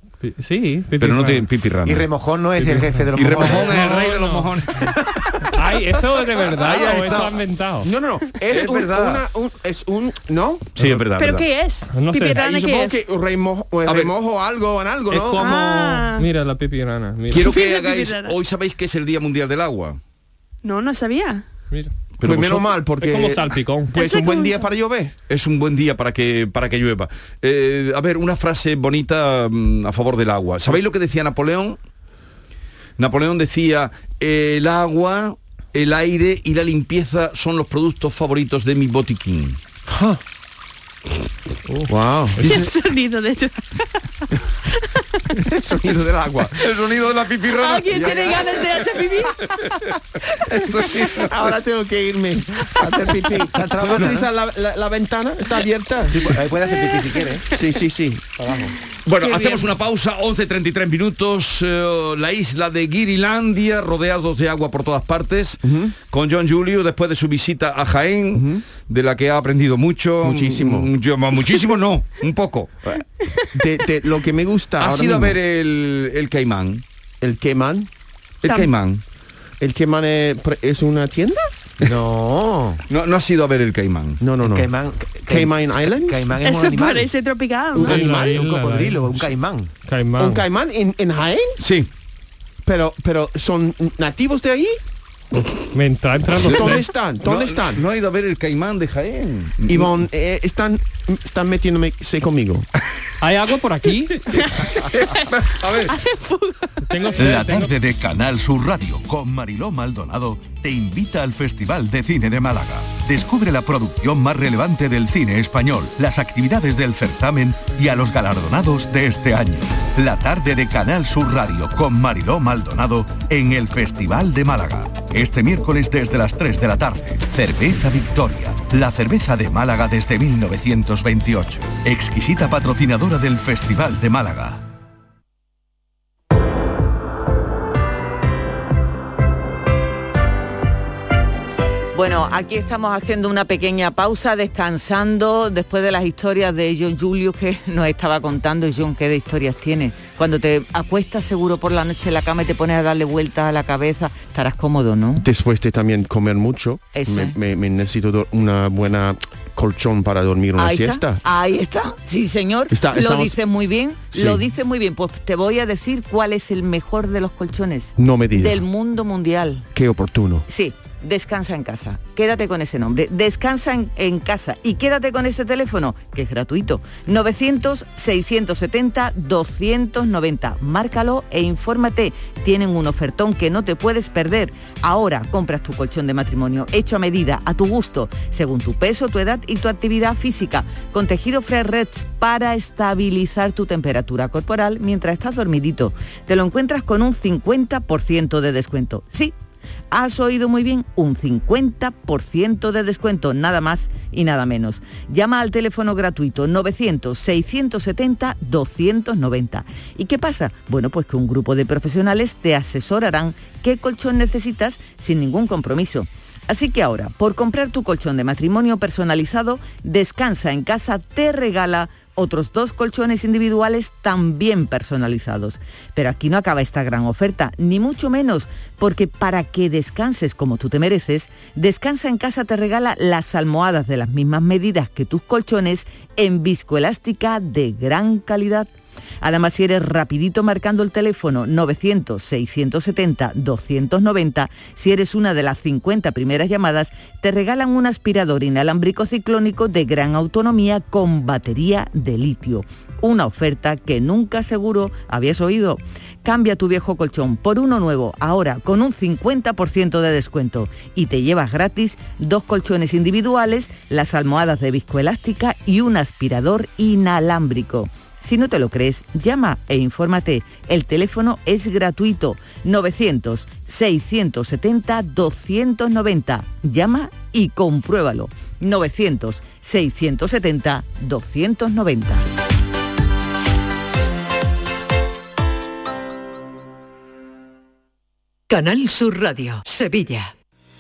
Speaker 9: Sí,
Speaker 10: pero no
Speaker 9: pipirrana.
Speaker 10: te pipirrana.
Speaker 11: Y Remojón no es el jefe de los
Speaker 10: Y
Speaker 11: mojones.
Speaker 10: Remojón es el
Speaker 11: [LAUGHS]
Speaker 10: rey de los mojones.
Speaker 9: Ay, eso es de verdad.
Speaker 10: Ahí has
Speaker 9: o esto
Speaker 10: estado.
Speaker 9: ha inventado.
Speaker 7: No, no, no. Es,
Speaker 10: Es
Speaker 7: un-
Speaker 10: verdad.
Speaker 7: una- un- es un... ¿No?
Speaker 10: Sí, es verdad.
Speaker 8: ¿Pero
Speaker 10: verdad.
Speaker 8: qué es?
Speaker 9: No sé.
Speaker 8: ¿Pipirrana
Speaker 7: Y
Speaker 8: qué
Speaker 7: supongo
Speaker 8: es?
Speaker 7: que remojo,
Speaker 10: ver.
Speaker 7: remojo [LAUGHS] algo en algo,
Speaker 9: Es
Speaker 7: ¿no?
Speaker 9: como...
Speaker 8: Ah.
Speaker 9: Mira la pipirana. mira. [LAUGHS]
Speaker 10: Quiero que
Speaker 8: Pipirrana.
Speaker 10: hagáis, hoy sabéis que es el Día Mundial del Agua.
Speaker 8: No, no sabía.
Speaker 9: Mira.
Speaker 10: Pero
Speaker 7: pues menos
Speaker 10: vosotros-
Speaker 7: mal, porque...
Speaker 9: Es como salpicón.
Speaker 7: Pues
Speaker 8: Ese
Speaker 7: un buen
Speaker 8: como-
Speaker 7: día para llover.
Speaker 10: Es un buen día para que, para que llueva. Eh, a ver, una frase bonita mm, a favor del agua. ¿Sabéis lo que decía Napoleón? Napoleón decía, el agua, el aire y la limpieza son los productos favoritos de mi botiquín.
Speaker 7: Wow.
Speaker 8: El [LAUGHS] sonido de...
Speaker 7: El sonido del agua.
Speaker 10: [LAUGHS] El sonido de la pipirrana.
Speaker 8: ¿Alguien tiene ganas de hacer pipí?
Speaker 10: [LAUGHS]
Speaker 7: Ahora tengo que irme a hacer [LAUGHS] pipí. ¿Puedo utilizar la, la- la ventana? ¿Está abierta?
Speaker 11: Sí, pues, ahí puedes hacer pipí si quieres.
Speaker 7: Sí, sí, sí.
Speaker 10: Bueno,
Speaker 8: Qué
Speaker 10: hacemos
Speaker 8: bien.
Speaker 10: una pausa, 11.33 minutos, eh, la isla de Guirilandia, rodeados de agua por todas partes, con John Julio, después de su visita a Jaén, de la que ha aprendido mucho.
Speaker 7: Muchísimo.
Speaker 10: Mm, yo- muchísimo no, un
Speaker 8: [LAUGHS]
Speaker 10: poco.
Speaker 7: De, de lo que me gusta
Speaker 10: ¿Has
Speaker 7: ahora
Speaker 10: ido a
Speaker 7: mismo,
Speaker 10: ver el, el caimán?
Speaker 7: el queman.
Speaker 10: El
Speaker 8: Tam-
Speaker 10: caimán.
Speaker 7: ¿El queman es, pre- es una tienda?
Speaker 11: No.
Speaker 10: no. No has ido a ver el caimán.
Speaker 11: No, no, no.
Speaker 7: Caimán- Caimán Island.
Speaker 11: Caimán es un
Speaker 8: Eso
Speaker 11: animal.
Speaker 8: parece tropical.
Speaker 11: Un
Speaker 8: ¿no?
Speaker 11: animal, un cocodrilo, un caimán.
Speaker 9: Caimán.
Speaker 7: ¿Un caimán en, en Jaén?
Speaker 10: Sí.
Speaker 7: Pero, pero ¿son nativos de ahí?
Speaker 10: Oh.
Speaker 9: Me entra, entra los
Speaker 7: ¿Dónde
Speaker 9: tres.
Speaker 7: están? ¿Dónde están?
Speaker 10: No ha ido a ver el caimán de Jaén.
Speaker 7: Ivonne, eh, están, están metiéndome sé conmigo.
Speaker 9: ¿Hay algo por
Speaker 10: [LAUGHS]
Speaker 9: aquí?
Speaker 10: a ver.
Speaker 9: Tengo
Speaker 12: La tarde de Canal Sur Radio con Mariló Maldonado te invita al Festival de Cine de Málaga. Descubre la producción más relevante del cine español, las actividades del certamen y a los galardonados de este año. La tarde de Canal Sur Radio con Mariló Maldonado en el Festival de Málaga. Este miércoles desde las 3 de la tarde. Cerveza Victoria, la cerveza de Málaga desde 1928. Exquisita patrocinadora del Festival de Málaga.
Speaker 13: Bueno, aquí estamos haciendo una pequeña pausa, descansando después de las historias de John Julius que [LAUGHS] nos estaba contando. John, ¿qué de historias tiene? Cuando te acuestas seguro por la noche en la cama y te pones a darle vueltas a la cabeza, estarás cómodo, ¿no?
Speaker 7: Después de también comer mucho,
Speaker 13: Eso
Speaker 7: me,
Speaker 13: es.
Speaker 7: me- me necesito do- una buena colchón para dormir una
Speaker 13: ahí
Speaker 7: siesta.
Speaker 13: está, ahí está, sí señor,
Speaker 7: Está-
Speaker 13: lo
Speaker 7: estamos-
Speaker 13: dices muy bien,
Speaker 7: Sí.
Speaker 13: lo dices muy bien. Pues te voy a decir cuál es el mejor de los colchones
Speaker 7: No me digas.
Speaker 13: del mundo mundial.
Speaker 7: Qué oportuno.
Speaker 13: Sí, descansa en casa. Quédate con ese nombre. Descansa en, en casa y quédate con este teléfono, que es gratuito. 900-670-290. Márcalo e infórmate. Tienen un ofertón que no te puedes perder. Ahora compras tu colchón de matrimonio hecho a medida, a tu gusto, según tu peso, tu edad y tu actividad física, con tejido Fresh Reds para estabilizar tu temperatura corporal mientras estás dormidito. Te lo encuentras con un 50% de descuento. Sí. Has oído muy bien, un 50% de descuento, nada más y nada menos. Llama al teléfono gratuito 900-670-290. ¿Y qué pasa? Bueno, pues que un grupo de profesionales te asesorarán qué colchón necesitas sin ningún compromiso. Así que ahora, por comprar tu colchón de matrimonio personalizado, Descansa en casa te regala otros dos colchones individuales también personalizados. Pero aquí no acaba esta gran oferta, ni mucho menos, porque para que descanses como tú te mereces, Descansa en casa te regala las almohadas de las mismas medidas que tus colchones en viscoelástica de gran calidad. Además, si eres rapidito marcando el teléfono 900-670-290, si eres una de las 50 primeras llamadas, te regalan un aspirador inalámbrico ciclónico de gran autonomía con batería de litio. Una oferta que nunca seguro habías oído. Cambia tu viejo colchón por uno nuevo, ahora con un 50% de descuento. Y te llevas gratis dos colchones individuales, las almohadas de viscoelástica y un aspirador inalámbrico. Si no te lo crees, llama e infórmate. El teléfono es gratuito. 900-670-290. Llama y compruébalo. 900-670-290.
Speaker 14: Canal Sur Radio, Sevilla.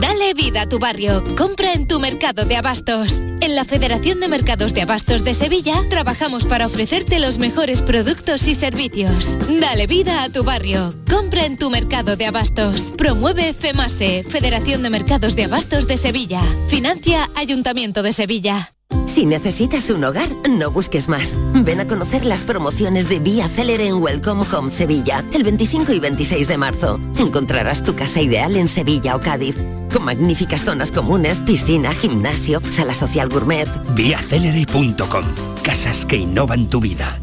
Speaker 15: Dale vida a tu barrio. Compra en tu mercado de abastos. En la Federación de Mercados de Abastos de Sevilla trabajamos para ofrecerte los mejores productos y servicios. Dale vida a tu barrio. Compra en tu mercado de abastos. Promueve FEMASE, Federación de Mercados de Abastos de Sevilla. Financia Ayuntamiento de Sevilla.
Speaker 16: Si necesitas un hogar, no busques más. Ven a conocer las promociones de Vía Célere en Welcome Home Sevilla, el 25 y 26 de marzo. Encontrarás tu casa ideal en Sevilla o Cádiz, con magníficas zonas comunes, piscina, gimnasio, sala social gourmet.
Speaker 17: Viacelere.com. Casas que innovan tu vida.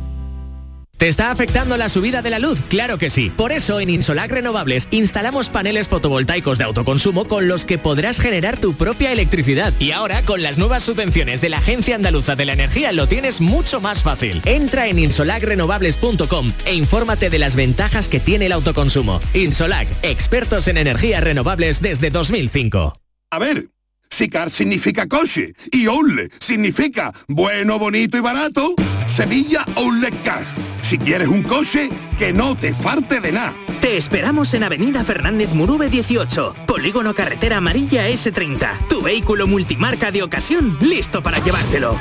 Speaker 18: ¿Te está afectando la subida de la luz? Claro que sí. Por eso en Insolac Renovables instalamos paneles fotovoltaicos de autoconsumo con los que podrás generar tu propia electricidad. Y ahora con las nuevas subvenciones de la Agencia Andaluza de la Energía lo tienes mucho más fácil. Entra en insolacrenovables.com e infórmate de las ventajas que tiene el autoconsumo. Insolac, expertos en energías renovables desde 2005.
Speaker 19: A ver,
Speaker 20: Sicar significa coche y Only significa bueno, bonito y barato. Sevilla Only Car. Si quieres un coche, que no te falte de nada.
Speaker 21: Te esperamos en Avenida Fernández Murube 18, Polígono Carretera Amarilla S30. Tu vehículo multimarca de ocasión listo para llevártelo.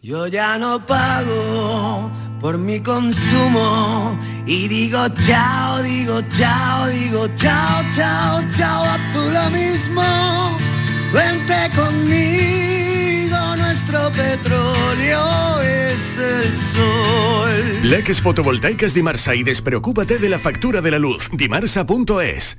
Speaker 22: Yo ya no pago por mi consumo y digo chao, digo chao, digo chao, chao, chao, a tú lo mismo. Vente conmigo, nuestro petróleo es el sol.
Speaker 23: Leques fotovoltaicas Dimarsa y despreocúpate de la factura de la luz. Dimarsa.es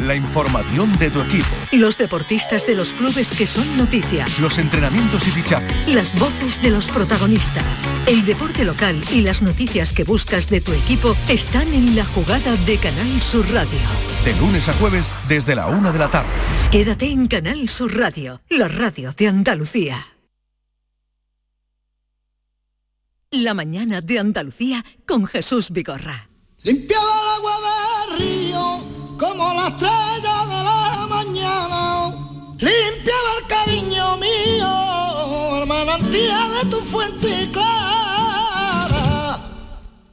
Speaker 24: La información de tu equipo,
Speaker 14: Los deportistas de los clubes que son noticia.
Speaker 24: los entrenamientos y fichajes,
Speaker 14: Las voces de los protagonistas. El deporte local y las noticias que buscas de tu equipo están en la jugada de Canal Sur Radio.
Speaker 24: de lunes a jueves desde la una de la tarde.
Speaker 14: Quédate en Canal Sur Radio, la radio de Andalucía. La mañana de Andalucía con Jesús Vigorra.
Speaker 25: Limpiaba el agua del río como la estrella de la mañana. Limpiaba el cariño mío, el manantial de tu fuente clara.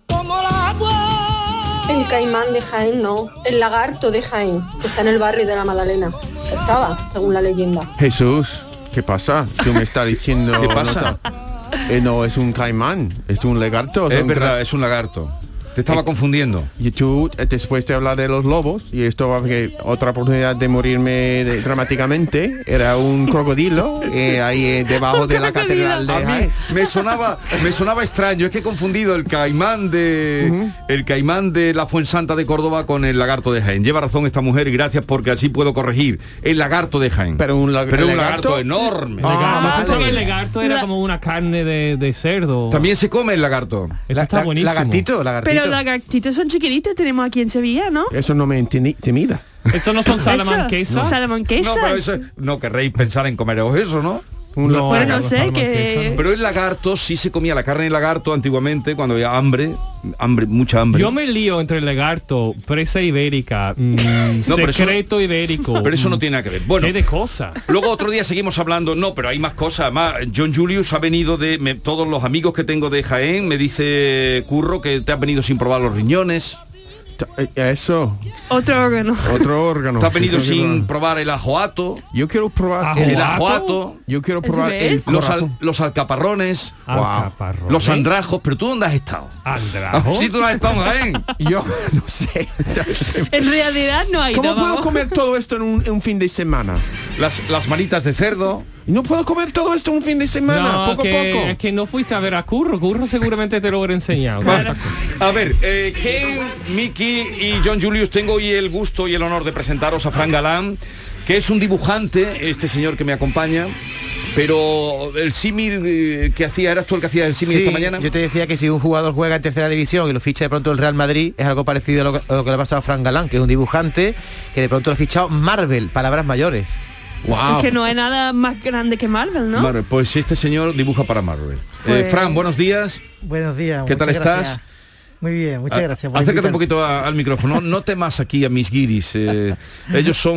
Speaker 25: Como la agua.
Speaker 8: El caimán de Jaén no, el lagarto de Jaén, que está en el barrio de la Malalena. Estaba, según la leyenda.
Speaker 7: Jesús, ¿qué pasa? Tú me estás diciendo...
Speaker 10: [LAUGHS] ¿Qué pasa?
Speaker 7: nota. Eh, no, es un caimán, es un lagarto.
Speaker 10: Es verdad, es un lagarto. Te estaba confundiendo.
Speaker 7: Y tú, eh, después de hablar de los lobos, y esto va a ser otra oportunidad de morirme de- dramáticamente, era
Speaker 13: [LAUGHS]
Speaker 7: un crocodilo eh, ahí eh, debajo de la catedral de
Speaker 10: A mí
Speaker 7: Jaén.
Speaker 10: me sonaba, me sonaba extraño, es que he confundido el caimán de el caimán de la Fuensanta de Córdoba con el lagarto de Jaén. Lleva razón esta mujer y gracias porque así puedo corregir. El lagarto de Jaén. Pero
Speaker 7: un,
Speaker 10: lagarto,
Speaker 7: lagarto-
Speaker 10: enorme.
Speaker 9: Ah, pensaba el lagarto era como una carne de, de cerdo.
Speaker 10: También se come el lagarto.
Speaker 9: Esto está buenísimo.
Speaker 26: Pero los lagartitos son chiquititos, tenemos aquí en Sevilla, ¿no?
Speaker 7: Eso no me intimi-
Speaker 13: [LAUGHS]
Speaker 7: intimida.
Speaker 9: ¿Estos no son
Speaker 26: Eso, salamanquesas?
Speaker 10: No,
Speaker 26: salamanquesas.
Speaker 10: pero eso- no querréis pensar en comeros eso, ¿no?
Speaker 7: Un
Speaker 10: No,
Speaker 7: lagarto.
Speaker 8: no sé, que...
Speaker 10: Pero el lagarto sí se comía la carne de lagarto antiguamente cuando había hambre, hambre, mucha hambre.
Speaker 9: Yo me lío entre el lagarto, presa ibérica, [LAUGHS] mm,
Speaker 10: No, pero eso-
Speaker 9: secreto ibérico.
Speaker 10: Pero eso no
Speaker 9: mm.
Speaker 10: tiene nada que ver. Bueno,
Speaker 9: ¿Qué de cosa?
Speaker 10: Luego otro día seguimos hablando, no, pero hay más cosas. Más, John Julius ha venido de me- todos los amigos que tengo de Jaén, me dice Curro que te has venido sin probar los riñones.
Speaker 7: eh, Eso.
Speaker 8: Otro órgano.
Speaker 7: Otro
Speaker 10: [LAUGHS]
Speaker 7: órgano.
Speaker 10: Te has venido
Speaker 7: Sí, creo que
Speaker 10: sin
Speaker 7: no.
Speaker 10: probar el ajoato.
Speaker 7: Yo quiero probar
Speaker 10: el ajoato.
Speaker 7: Yo quiero probar el
Speaker 10: los, al-
Speaker 7: corazón.
Speaker 10: los alcaparrones.
Speaker 7: Wow. Alcaparrones.
Speaker 10: Los andrajos. Pero tú dónde has estado?
Speaker 9: Andrajo.
Speaker 10: Si tú no has estado en Jaén.
Speaker 7: [LAUGHS] Yo no sé.
Speaker 8: En realidad no hay
Speaker 7: ¿Cómo
Speaker 8: nada,
Speaker 7: puedo
Speaker 8: vamos.
Speaker 7: comer todo esto en un, en un fin de semana?
Speaker 10: Las, las manitas de cerdo.
Speaker 7: No puedo comer todo esto un fin de semana,
Speaker 9: No,
Speaker 7: poco a
Speaker 9: que,
Speaker 7: poco.
Speaker 9: Es que no fuiste a ver a Curro. Curro seguramente te lo hubiera enseñado. Esas cosas.
Speaker 10: A ver, eh, Ken, Mickey y John Julius, tengo hoy el gusto y el honor de presentaros a Fran Galán, que es un dibujante, este señor que me acompaña, pero el símil eh, que hacía, ¿eras tú el que hacía el símil
Speaker 11: Sí,
Speaker 10: esta mañana?
Speaker 11: Yo te decía que si un jugador juega en tercera división y lo ficha de pronto el Real Madrid, es algo parecido a lo, que- a lo que le ha pasado a Fran Galán, que es un dibujante que de pronto lo ha fichado Marvel, palabras mayores.
Speaker 8: Es que no hay nada más grande que Marvel, ¿no?
Speaker 10: Marvel, pues este señor dibuja para Marvel. Eh,
Speaker 8: Pues-
Speaker 10: Fran, buenos días.
Speaker 27: Buenos días.
Speaker 10: ¿Qué tal
Speaker 27: muchas
Speaker 10: estás?
Speaker 27: gracias. Muy bien, muchas
Speaker 10: A-
Speaker 27: gracias. por
Speaker 10: Acércate un
Speaker 27: invitarme.
Speaker 10: poquito a- al micrófono. No temas aquí a mis guiris. eh, ellos son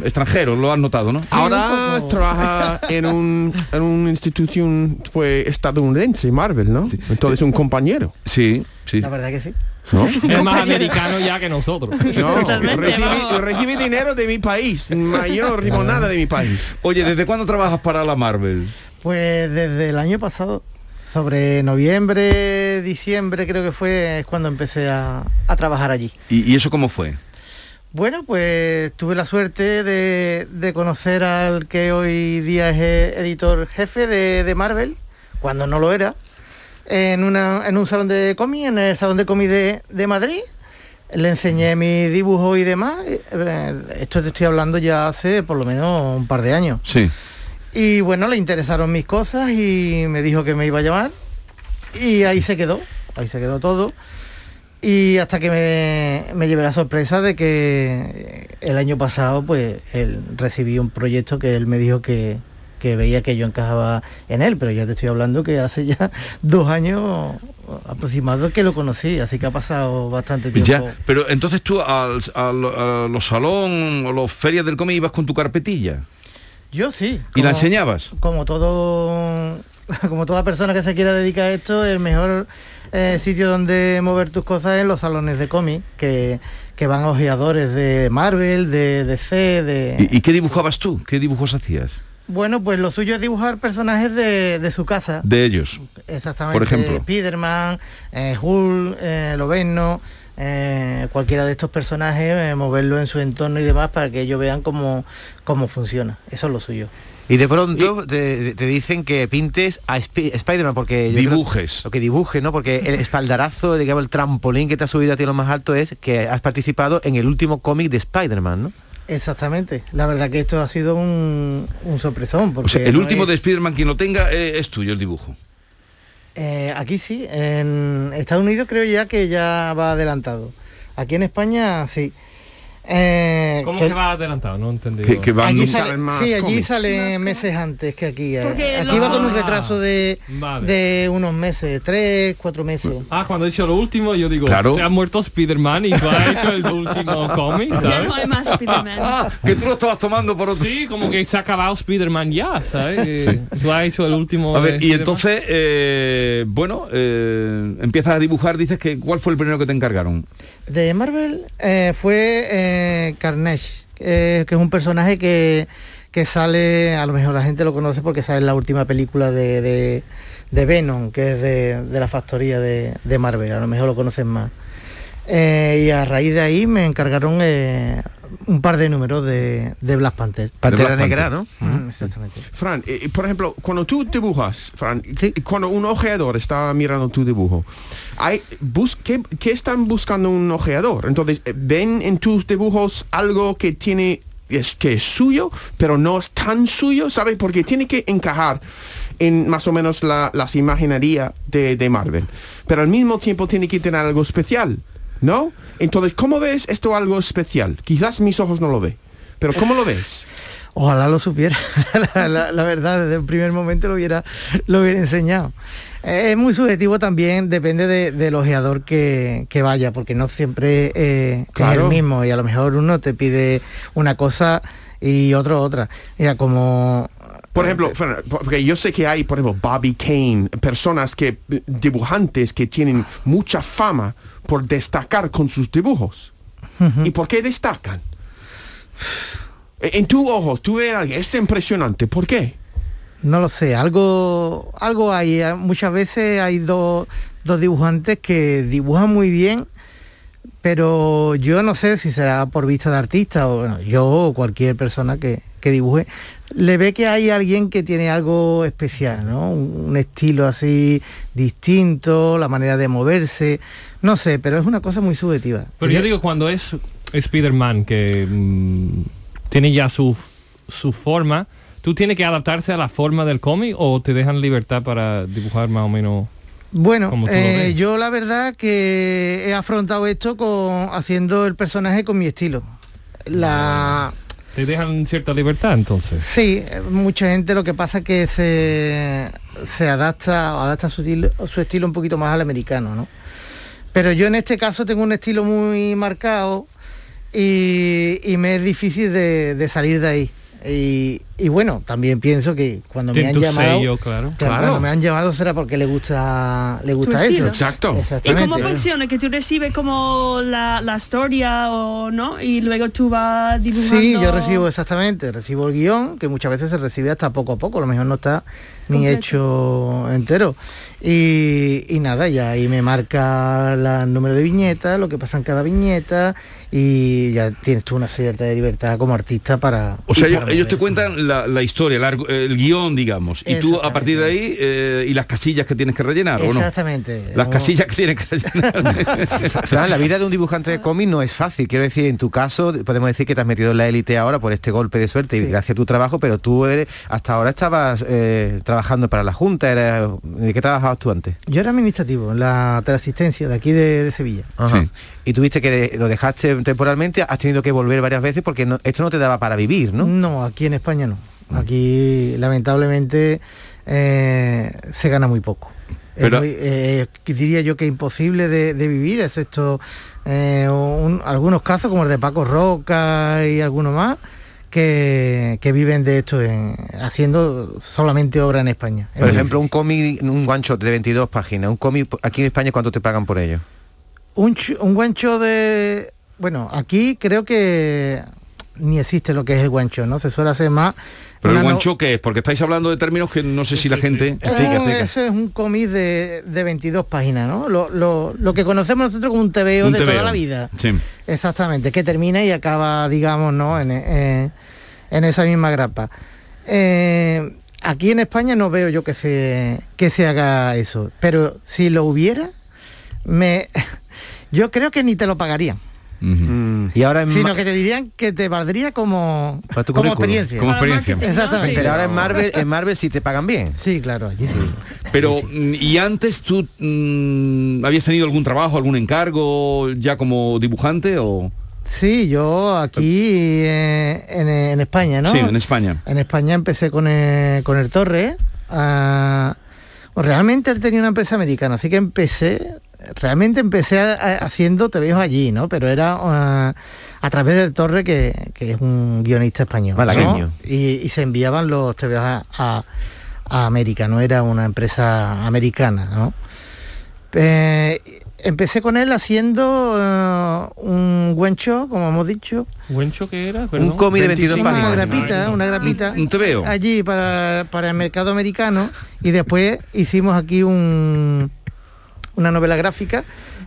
Speaker 10: eh, extranjeros, lo has notado, ¿no?
Speaker 7: Ahora trabaja en un en una institución pues, estadounidense, Marvel, ¿no? Entonces un compañero.
Speaker 10: Sí, sí.
Speaker 27: La verdad que sí.
Speaker 7: ¿No?
Speaker 9: [LAUGHS]
Speaker 10: [LAUGHS]
Speaker 9: Es más americano ya que nosotros.
Speaker 7: No, recibí, recibí dinero de mi país, mayor limonada de mi país.
Speaker 10: Oye, ¿desde cuándo trabajas para la Marvel?
Speaker 27: Pues desde el año pasado, sobre noviembre, diciembre creo que fue, es cuando empecé a, a trabajar allí.
Speaker 10: ¿Y, y eso cómo fue?
Speaker 27: Bueno, pues tuve la suerte de, de conocer al que hoy día es eh, editor jefe de, de Marvel, cuando no lo era, en, una, en un salón de cómic, en el salón de cómic de, de Madrid. Le enseñé mi dibujo y demás. eh, eh, Esto te estoy hablando ya hace por lo menos un par de años.
Speaker 10: Sí.
Speaker 27: Y bueno, le interesaron mis cosas y me dijo que me iba a llamar. Y ahí se quedó, ahí se quedó todo. Y hasta que me, me llevé la sorpresa de que el año pasado, pues, él recibí un proyecto que él me dijo que, que veía que yo encajaba en él, pero ya te estoy hablando que hace ya [LAUGHS] dos años aproximados que lo conocí, así que ha pasado bastante tiempo.
Speaker 10: Ya, pero entonces tú al, al- a los salón o los ferias del cómic ibas con tu carpetilla
Speaker 27: Yo sí.
Speaker 10: y la
Speaker 27: como-
Speaker 10: enseñabas.
Speaker 27: como todo [LAUGHS] como toda persona que se quiera dedicar a esto el mejor eh, sitio donde mover tus cosas es los salones de cómic que, que van ojeadores de Marvel de DC de
Speaker 10: ¿Y, y qué dibujabas tú? ¿Qué dibujos hacías?
Speaker 27: bueno pues lo suyo es dibujar personajes de, de su casa
Speaker 10: De ellos.
Speaker 27: exactamente
Speaker 10: por ejemplo.
Speaker 27: Spiderman eh, Hulk eh, Lobezno, eh, cualquiera de estos personajes eh, moverlo en su entorno y demás para que ellos vean cómo cómo funciona eso es lo suyo
Speaker 11: Y de pronto te, te dicen que pintes a Spi- Spider-Man porque... yo creo-
Speaker 10: Dibujes.
Speaker 11: o que dibuje, ¿no? Porque el espaldarazo, digamos, el trampolín que te ha subido a ti lo más alto es que has participado en el último cómic de Spider-Man, ¿no?
Speaker 27: Exactamente. La verdad que esto ha sido un, un sorpresón. Porque
Speaker 10: O sea, el
Speaker 27: no
Speaker 10: último
Speaker 27: es-
Speaker 10: de Spiderman, quien lo tenga, eh, es tuyo el dibujo.
Speaker 27: eh, aquí sí, en Estados Unidos creo ya que ya va adelantado. Aquí en España sí. Eh,
Speaker 9: ¿Cómo
Speaker 27: que-
Speaker 9: que va adelantado? No entendí.
Speaker 10: Que- que van-
Speaker 27: allí
Speaker 10: No
Speaker 27: sale,
Speaker 10: salen más
Speaker 27: sí, allí
Speaker 10: cómics.
Speaker 27: sale meses antes que aquí. eh.
Speaker 9: Porque
Speaker 27: Aquí va
Speaker 9: lo-
Speaker 27: con un retraso de,
Speaker 9: Vale.
Speaker 27: de unos meses, tres, cuatro meses.
Speaker 9: Ah, cuando he dicho lo último, yo digo,
Speaker 10: Claro.
Speaker 9: se ha muerto Spider-Man y tú has hecho el
Speaker 10: [LAUGHS]
Speaker 9: último cómic, ¿sabes?
Speaker 8: no hay más Spiderman.
Speaker 10: Ah, que tú lo estabas tomando por otro.
Speaker 9: Sí, como que se ha acabado Spider-Man ya, ¿sabes? Que Tú has hecho el último...
Speaker 10: A
Speaker 9: de
Speaker 10: ver, y
Speaker 9: Spider-Man.
Speaker 10: entonces, eh, bueno, eh, empiezas a dibujar, dices que ¿cuál fue el primero que te encargaron?
Speaker 27: de Marvel eh, fue eh, Carnage, eh, que es un personaje que, que sale, a lo mejor la gente lo conoce porque sale en la última película de, de- de Venom, que es de, de la factoría de, de Marvel, a lo mejor lo conocen más. Eh, y a raíz de ahí me encargaron eh, un par de números de, de Black Panther.
Speaker 11: Pantera Negra, ¿no? Ah,
Speaker 27: Mm, exactamente.
Speaker 7: Fran, eh, eh, por ejemplo, cuando tú dibujas, Fran, cuando un ojeador está mirando tu dibujo, hay, bus, ¿qué, qué están buscando un ojeador? Entonces, eh, ¿ven en tus dibujos algo que tiene es que es suyo, pero no es tan suyo, ¿sabes? Porque tiene que encajar en más o menos la, las imaginería de, de Marvel. Pero al mismo tiempo tiene que tener algo especial, ¿no? Entonces, ¿cómo ves esto algo especial? Quizás mis ojos no lo ve, pero ¿cómo lo ves?
Speaker 27: Ojalá lo supiera, [LAUGHS] la, la- la verdad, desde el primer momento lo hubiera, lo hubiera enseñado. Eh, Es muy subjetivo también, depende de- del ojeador que, que vaya, porque no siempre eh, es el
Speaker 3: Claro.
Speaker 27: mismo y a lo mejor uno te pide una cosa y otro otra. Mira, como
Speaker 7: Por ejemplo, Fran, porque yo sé que hay, por ejemplo, Bobby Kane, personas que, dibujantes que tienen mucha fama por destacar con sus dibujos. ¿Y por qué destacan? E-, En en tus ojos, tú ves a alguien, esto es impresionante, ¿por qué?
Speaker 27: No lo sé, algo, algo hay. eh, Muchas veces hay dos, dos dibujantes que dibujan muy bien, pero yo no sé si será por vista de artista o bueno, yo o cualquier persona que, que dibuje, le ve que hay alguien que tiene algo especial, ¿no? Un, un estilo así distinto, la manera de moverse, no sé, pero es una cosa muy subjetiva.
Speaker 9: Pero yo digo, cuando es Spider-Man que mm, tiene ya su, su forma, ¿tú tienes que adaptarse a la forma del cómic o te dejan libertad para dibujar más o menos?
Speaker 27: Bueno,
Speaker 9: como tú lo
Speaker 27: eh,
Speaker 9: ves?
Speaker 27: yo la verdad que he afrontado esto con haciendo el personaje con mi estilo. La,
Speaker 9: ¿Te dejan cierta libertad entonces?
Speaker 27: Sí, eh, mucha gente lo que pasa es que se, se adapta, o adapta su, til- su estilo un poquito más al americano, ¿no? Pero yo en este caso tengo un estilo muy marcado y, y me es difícil de, de salir de ahí. Y, y bueno, también pienso que cuando me
Speaker 9: Tiene
Speaker 27: han
Speaker 9: tu
Speaker 27: llamado,
Speaker 9: sello, claro.
Speaker 27: claro,
Speaker 9: Claro.
Speaker 27: cuando me han llamado será porque le gusta, le gusta
Speaker 8: estilo.
Speaker 27: eso.
Speaker 8: Exacto. ¿Y
Speaker 27: Exactamente.
Speaker 8: cómo funciona? Que tú recibes como la, la historia o no y luego tú vas dibujando.
Speaker 27: Sí, yo recibo exactamente, recibo el guión, que muchas veces se recibe hasta poco a poco, a lo mejor no está ni
Speaker 8: Completo.
Speaker 27: hecho entero. Y, y nada, ya ahí me marca la- el número de viñetas, lo que pasa en cada viñeta, y ya tienes tú una cierta libertad como artista para...
Speaker 10: O sea,
Speaker 27: y
Speaker 10: ellos,
Speaker 27: para
Speaker 10: ellos te cuentan la, la historia, el, argu- el guión, digamos, y tú a partir de ahí, eh, y las casillas que tienes que rellenar, ¿o no?
Speaker 27: Exactamente.
Speaker 10: Las casillas que tienes que rellenar.
Speaker 11: Fran, la vida de un dibujante de cómic no es fácil. Quiero decir, en tu caso, podemos decir que te has metido en la élite ahora por este golpe de suerte y gracias a tu trabajo, pero tú eres, hasta ahora estabas eh, trabajando para la Junta. eras- ¿De qué trabajabas tú antes?
Speaker 27: Yo era administrativo en la teleasistencia de aquí de, de Sevilla.
Speaker 11: Ajá. Y tuviste que de- lo dejaste temporalmente, has tenido que volver varias veces porque no- esto no te daba para vivir, ¿no?
Speaker 27: No, aquí en España no. Aquí lamentablemente eh, se gana muy poco. Es
Speaker 10: Pero-
Speaker 27: muy- eh, diría yo que imposible de, de vivir, excepto eh, un- algunos casos como el de Paco Roca y algunos más, que, que viven de esto, en- haciendo solamente obra en España.
Speaker 11: Por ejemplo, un cómic, un one shot de 22 páginas, un cómic aquí en España, ¿cuánto te pagan por ello?
Speaker 27: Un, ch- un guancho de... Bueno, aquí creo que ni existe lo que es el guancho, ¿no? Se suele hacer más...
Speaker 10: Pero el
Speaker 27: una no-
Speaker 10: guancho, ¿qué es? Porque estáis hablando de términos que no sé si la gente... Ah,
Speaker 27: Eh, Ese es un cómic de, de 22 páginas, ¿no? Lo, lo- lo que conocemos nosotros como un TVO
Speaker 10: Un
Speaker 27: de toda
Speaker 10: TVO.
Speaker 27: la vida.
Speaker 10: Sí.
Speaker 27: Exactamente, que termina y acaba, digamos, ¿no? En, eh, en esa misma grapa. Eh, aquí en España no veo yo que se, que se haga eso, pero si lo hubiera, me, [LAUGHS] yo creo que ni te lo pagarían.
Speaker 11: Mm. Y ahora en
Speaker 27: Sino
Speaker 11: Ma-
Speaker 27: que te dirían que te valdría como,
Speaker 11: Para tu
Speaker 27: como
Speaker 11: currículum.
Speaker 27: experiencia.
Speaker 11: Como Para experiencia. marketing, ¿no?
Speaker 27: Exactamente.
Speaker 11: Sí. Pero ahora en Marvel- en Marvel sí te pagan bien.
Speaker 27: Sí, claro, allí sí.
Speaker 10: Pero, mm, ¿y antes tú mm, habías tenido algún trabajo, algún encargo ya como dibujante o...?
Speaker 27: Sí, yo aquí eh, en, en España, ¿no?
Speaker 10: Sí, en España.
Speaker 27: En España empecé con el, con el Torre. ah, pues realmente él tenía una empresa americana, así que empecé, realmente empecé a- a- haciendo te veo allí, ¿no? Pero era ah, a través del Torre, que, que es un guionista español. ¿no?
Speaker 11: Malagueño.
Speaker 27: Y, y se enviaban los tebeos a, a- a América, no era una empresa americana, ¿no? Eh, empecé con él haciendo eh, un guencho, como hemos dicho.
Speaker 9: ¿Guencho que era? Perdón.
Speaker 27: cómic
Speaker 9: 25
Speaker 27: Una
Speaker 9: páginas.
Speaker 27: grapita, una grapita.
Speaker 9: Un TVO.
Speaker 27: Allí para, para el mercado americano. Y después hicimos aquí un, una novela gráfica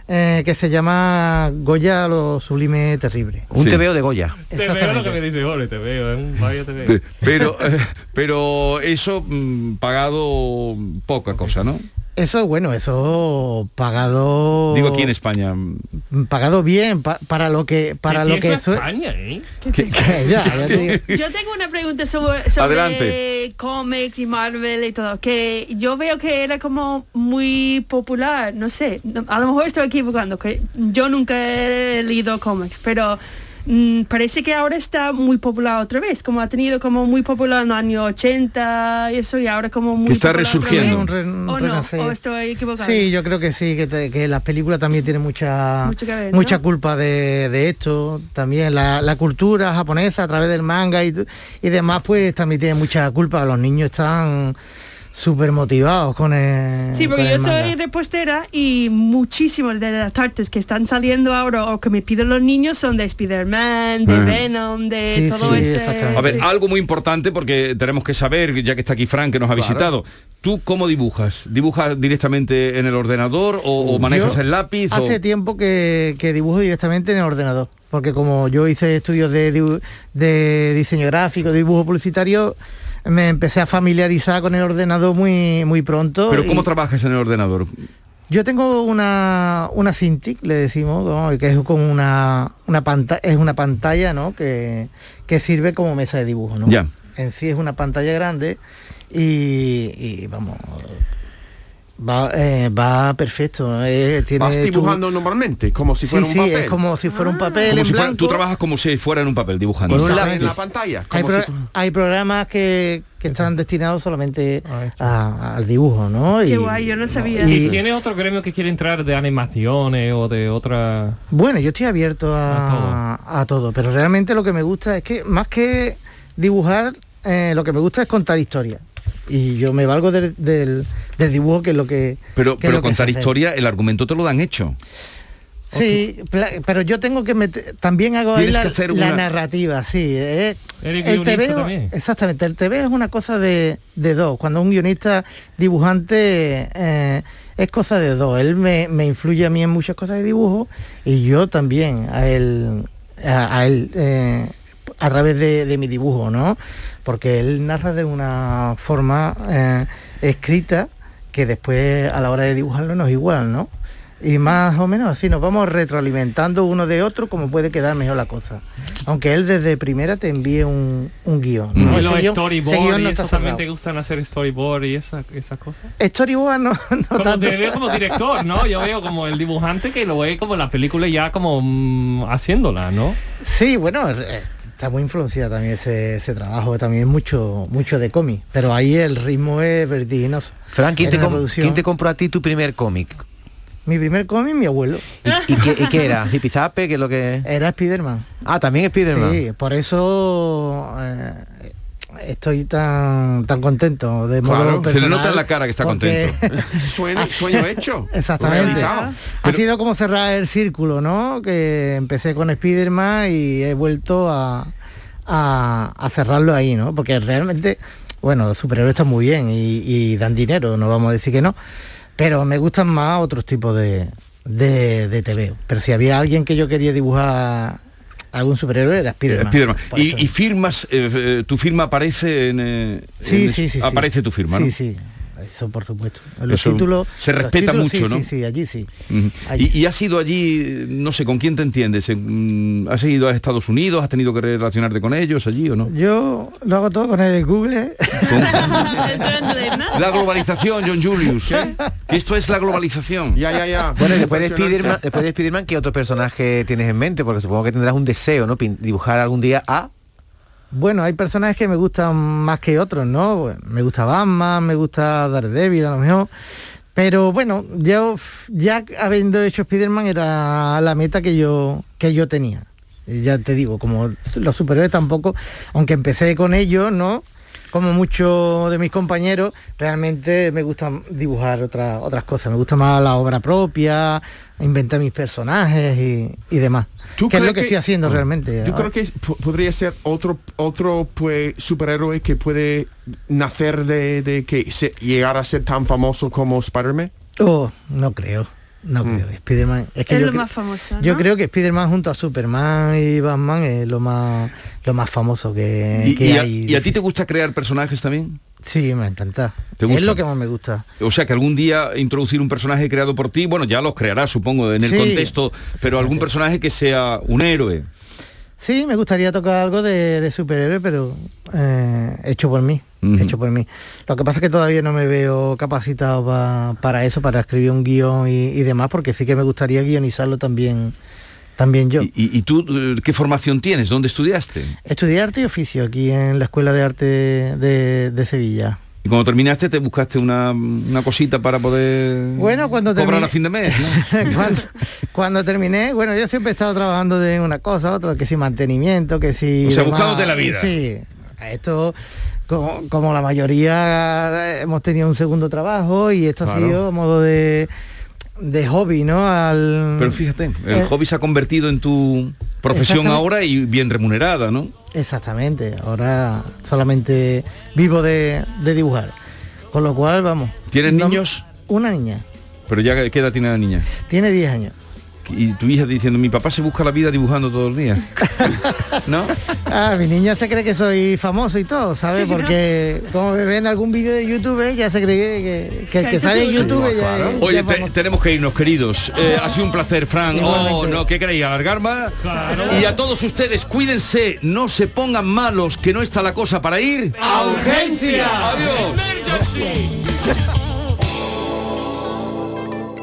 Speaker 27: eh, que se llama Goya lo sublime terrible.
Speaker 11: Un TVO de Goya.
Speaker 9: Te veo lo que me dice, ole, te veo, es un vaya te veo.
Speaker 10: Pe- Pero, [LAUGHS] eh, pero eso mm, pagado mm, poca cosa, ¿no?
Speaker 27: Eso, bueno, eso pagado...
Speaker 10: Digo aquí en España. mm,
Speaker 27: Pagado bien, pa- para lo que... Para
Speaker 9: Qué
Speaker 27: lo que
Speaker 9: tiesa
Speaker 27: eso-
Speaker 9: España, ¿eh?
Speaker 27: Que- que- ya, ya te digo.
Speaker 8: Yo tengo una pregunta sobre, sobre
Speaker 27: Adelante.
Speaker 8: cómics y Marvel y todo, que yo veo que era como muy popular, no sé, no- a lo mejor estoy equivocando, que yo nunca he leído cómics, pero mm, parece que ahora está muy popular otra vez, como ha tenido como muy popular en los años 80 y eso, y ahora como muy
Speaker 10: Que está
Speaker 8: popular otra vez.
Speaker 10: resurgiendo.
Speaker 27: Un re- un
Speaker 8: ¿O no?
Speaker 27: renacer.
Speaker 8: ¿O estoy equivocada?
Speaker 27: Sí, yo creo que sí, que, te- que las películas también tienen mucha,
Speaker 8: Mucho que ver, ¿no?
Speaker 27: mucha culpa de, de esto. También la, la cultura japonesa a través del manga y, y demás, pues también tiene mucha culpa. Los niños están súper motivados con el
Speaker 8: Sí, porque
Speaker 27: Mm, con
Speaker 8: yo
Speaker 27: el manga.
Speaker 8: soy repostera y muchísimas de las tartas que están saliendo ahora o que me piden los niños son de Spider-Man, de
Speaker 27: Mm.
Speaker 10: Ajá.
Speaker 8: Venom, de Eh, todo este- ese...
Speaker 10: A ver, algo muy importante porque tenemos que saber, ya que está aquí Frank, que nos ha visitado. ¿Tú cómo dibujas? ¿Dibujas directamente en el ordenador o, o manejas
Speaker 27: Yo
Speaker 10: el lápiz? o-
Speaker 27: Hace tiempo que, que dibujo directamente en el ordenador, porque como yo hice estudios de, dibu- de diseño gráfico, de dibujo publicitario, me empecé a familiarizar con el ordenador muy, muy pronto.
Speaker 10: ¿Pero
Speaker 27: y-
Speaker 10: cómo trabajas en el ordenador?
Speaker 27: yo tengo una, una Cintiq, le decimos, ¿no? que es como una, una pantalla, es una pantalla, ¿no? Que, que sirve como mesa de dibujo, ¿no?
Speaker 10: Ya.
Speaker 27: En sí es una pantalla grande y, y vamos. Va, eh, va perfecto. ¿no? Eh, tiene
Speaker 7: Vas
Speaker 27: tu-
Speaker 7: dibujando normalmente, como si
Speaker 27: Sí,
Speaker 7: fuera
Speaker 27: sí,
Speaker 7: un papel.
Speaker 27: es como si fuera un papel
Speaker 10: Como
Speaker 27: en
Speaker 10: si fuera-
Speaker 27: blanco.
Speaker 10: tú trabajas como si fuera en un papel dibujando.
Speaker 7: Con un lápiz en la pantalla.
Speaker 27: Hay,
Speaker 7: como
Speaker 27: pro-
Speaker 7: si fu-
Speaker 27: hay programas que, que están destinados solamente
Speaker 7: Ah,
Speaker 27: a- al dibujo, ¿no? Y-
Speaker 9: ¿Y
Speaker 27: y-
Speaker 9: tiene otro gremio que quiere entrar de animaciones o de otra...?
Speaker 27: Bueno, yo estoy abierto a, a todo. pero realmente lo que me gusta es que más que dibujar, eh, lo que me gusta es contar historias. Y yo me valgo del, del- del dibujo que es lo que...
Speaker 10: Pero,
Speaker 27: que es
Speaker 10: pero
Speaker 27: lo que
Speaker 10: contar
Speaker 27: sé hacer.
Speaker 10: historia, el argumento te lo dan hecho.
Speaker 27: Sí, pla- pero yo tengo que meter, también hago ahí
Speaker 10: Tienes
Speaker 27: la,
Speaker 10: que hacer
Speaker 27: la
Speaker 10: una-
Speaker 27: narrativa, sí. eh.
Speaker 10: Eres
Speaker 27: el
Speaker 10: guionista
Speaker 27: TVO
Speaker 10: también.
Speaker 27: Exactamente, el TV es una cosa de, de dos. Cuando un guionista dibujante eh, es cosa de dos. Él me, me influye a mí en muchas cosas de dibujo y yo también a él, a, a él eh, a través de, de mi dibujo, ¿no? Porque él narra de una forma eh, escrita que después a la hora de dibujarlo no es igual, ¿no? Y más o menos así nos vamos retroalimentando uno de otro como puede quedar mejor la cosa. Aunque él desde primera te envíe un, un guión. ¿no?
Speaker 9: ¿Y
Speaker 27: Ese
Speaker 9: Pues los
Speaker 27: guión- ese
Speaker 9: storyboard
Speaker 27: guión
Speaker 9: y
Speaker 27: no está
Speaker 9: eso también
Speaker 27: cerrado.
Speaker 9: te gustan hacer storyboard y esa- esas cosas?
Speaker 27: Storyboard no, [LAUGHS] no
Speaker 9: Como
Speaker 27: tanto.
Speaker 9: te veo como director, ¿no? Yo veo como el dibujante que lo ve como en la película ya como mm, haciéndola, ¿no?
Speaker 27: Sí, bueno, eh, está muy influenciada también ese, ese trabajo, también mucho mucho de cómic, pero ahí el ritmo es vertiginoso.
Speaker 11: Fran, ¿quién
Speaker 27: En
Speaker 11: te,
Speaker 27: la
Speaker 11: com-
Speaker 27: producción.
Speaker 11: quién te compró a ti tu primer cómic?
Speaker 27: Mi primer cómic, mi abuelo.
Speaker 11: ¿Y qué, y qué era? ¿Zipizape? ¿Qué es lo que...?
Speaker 27: Era Spiderman.
Speaker 11: Ah, también Spiderman.
Speaker 27: Eh. Sí, por eso eh, estoy tan tan contento de modo
Speaker 10: Claro, se le
Speaker 27: personal,
Speaker 10: nota en la cara que está
Speaker 7: [LAUGHS]
Speaker 27: porque-
Speaker 10: contento.
Speaker 27: [LAUGHS]
Speaker 7: Sueño, sueño hecho.
Speaker 27: Exactamente.
Speaker 7: Realizado.
Speaker 27: Ha sido como cerrar el círculo, ¿no? Que empecé con Spider-Man y he vuelto a, a- a cerrarlo ahí, ¿no? Porque realmente, bueno, los superhéroes están muy bien y, y dan dinero, no vamos a decir que no. Pero me gustan más otros tipos de, de, de TVO. Pero si había alguien que yo quería dibujar algún superhéroe, era Spider-Man.
Speaker 10: Eh, Spiderman. Y, y firmas, eh, eh, tu firma aparece en... eh,
Speaker 27: Sí,
Speaker 10: en-
Speaker 27: sí, sí, sí.
Speaker 10: Aparece tu firma,
Speaker 27: Sí,
Speaker 10: ¿no?
Speaker 27: sí. Eso por supuesto. Los
Speaker 10: Eso
Speaker 27: títulos...
Speaker 10: se
Speaker 27: los
Speaker 10: respeta
Speaker 27: títulos,
Speaker 10: mucho,
Speaker 27: sí,
Speaker 10: ¿no?
Speaker 27: Sí, sí, allí sí.
Speaker 10: Ujú.
Speaker 27: Ahí.
Speaker 10: Y, y has ido allí, no sé, ¿con quién te entiendes? En- mm, ¿Has ido a Estados Unidos? ¿Has tenido que relacionarte con ellos allí o no?
Speaker 27: Yo lo hago todo con el Google.
Speaker 10: La globalización, John Julius. Que esto es la globalización.
Speaker 7: Ya, ya, ya.
Speaker 11: Bueno, y después de Spiderman, después de Spiderman, ¿qué otro personaje tienes en mente? Porque supongo que tendrás un deseo, ¿no? Pin- dibujar algún día a...
Speaker 27: Bueno, hay personajes que me gustan más que otros, ¿no? Bueno, Me gusta Batman, me gusta Daredevil a lo mejor. Pero bueno, yo f- ya habiendo hecho Spider-Man era la meta que yo, que yo tenía. Y Ya te digo, como los superhéroes tampoco, aunque empecé con ellos, ¿no? Como muchos de mis compañeros, realmente me gusta dibujar otra- otras cosas. Me gusta más la obra propia, inventar mis personajes y, y demás.
Speaker 7: ¿Tú
Speaker 27: que
Speaker 7: crees
Speaker 27: es
Speaker 7: Mm.
Speaker 27: lo que, estoy haciendo realmente. Ah.
Speaker 7: Yo
Speaker 27: ahora.
Speaker 7: creo que es- po- podría ser otro otro pues superhéroe que puede nacer de, de que se- llegar a ser tan famoso como Spider-Man.
Speaker 27: Oh, no creo. No
Speaker 10: Mm.
Speaker 27: creo. Spider-Man. Es que
Speaker 8: es
Speaker 27: yo,
Speaker 8: lo
Speaker 27: cre-
Speaker 8: más famoso, ¿no?
Speaker 27: yo creo que Spider-Man junto a Superman y Batman es lo más lo más famoso que,
Speaker 10: ¿Y,
Speaker 27: Eh, que
Speaker 10: y a,
Speaker 27: hay.
Speaker 10: y a ti te gusta crear personajes también?
Speaker 27: Sí, me encanta.
Speaker 10: ¿Te
Speaker 27: Es
Speaker 10: gusta?
Speaker 27: lo que más me gusta.
Speaker 10: O sea, que algún día introducir un personaje creado por ti, bueno, ya los crearás, supongo, en el
Speaker 27: Sí.
Speaker 10: contexto, pero algún personaje que sea un héroe.
Speaker 27: Sí, me gustaría tocar algo de, de superhéroe, pero eh, hecho por mí.
Speaker 10: Ujú.
Speaker 27: Hecho por mí. Lo que pasa es que todavía no me veo capacitado pa- para eso, para escribir un guión y, y demás, porque sí que me gustaría guionizarlo también También yo.
Speaker 10: ¿Y, y tú eh, qué formación tienes? ¿Dónde estudiaste?
Speaker 27: Estudié arte y oficio aquí en la Escuela de Arte de, de Sevilla.
Speaker 10: Y cuando terminaste te buscaste una, una cosita para poder
Speaker 27: Bueno, cuando
Speaker 10: cobrar a
Speaker 27: terminé-
Speaker 10: fin de mes, ¿no?
Speaker 27: [LAUGHS] cuando, cuando terminé, bueno, yo siempre he estado trabajando de una cosa a otra, que si mantenimiento, que si...
Speaker 10: O sea,
Speaker 27: demás.
Speaker 10: buscándote la vida.
Speaker 27: Sí, esto, como, como la mayoría, eh, hemos tenido un segundo trabajo y esto
Speaker 10: Claro.
Speaker 27: ha sido a modo de, de hobby, ¿no? Al,
Speaker 10: Pero fíjate, el
Speaker 27: Eh,
Speaker 10: hobby se ha convertido en tu profesión
Speaker 27: Exactamente.
Speaker 10: ahora y bien remunerada, ¿no?
Speaker 27: Exactamente, ahora solamente vivo de, de dibujar. Con lo cual, vamos.
Speaker 10: ¿Tienes
Speaker 27: no-
Speaker 10: niños?
Speaker 27: Una niña,
Speaker 10: Pero ya qué edad tiene la niña.
Speaker 27: tiene 10 años.
Speaker 10: Y tu hija diciendo, mi papá se busca la vida dibujando todos los días.
Speaker 27: Ah, mi niña se cree que soy famoso y todo, ¿sabes?
Speaker 10: Sí, ¿no?
Speaker 27: Porque como me ve en algún vídeo de YouTube, eh, ya se cree que, que el que sale en YouTube ya es-
Speaker 10: Oye, te- tenemos que irnos, queridos. Eh, ha sido un placer, Fran. Oh,
Speaker 27: Igualmente.
Speaker 10: no, ¿qué queréis? ¿Alargar más? Y a todos ustedes, cuídense, no se pongan malos, que no está la cosa para ir.
Speaker 6: ¡A urgencia!
Speaker 10: ¡Adiós!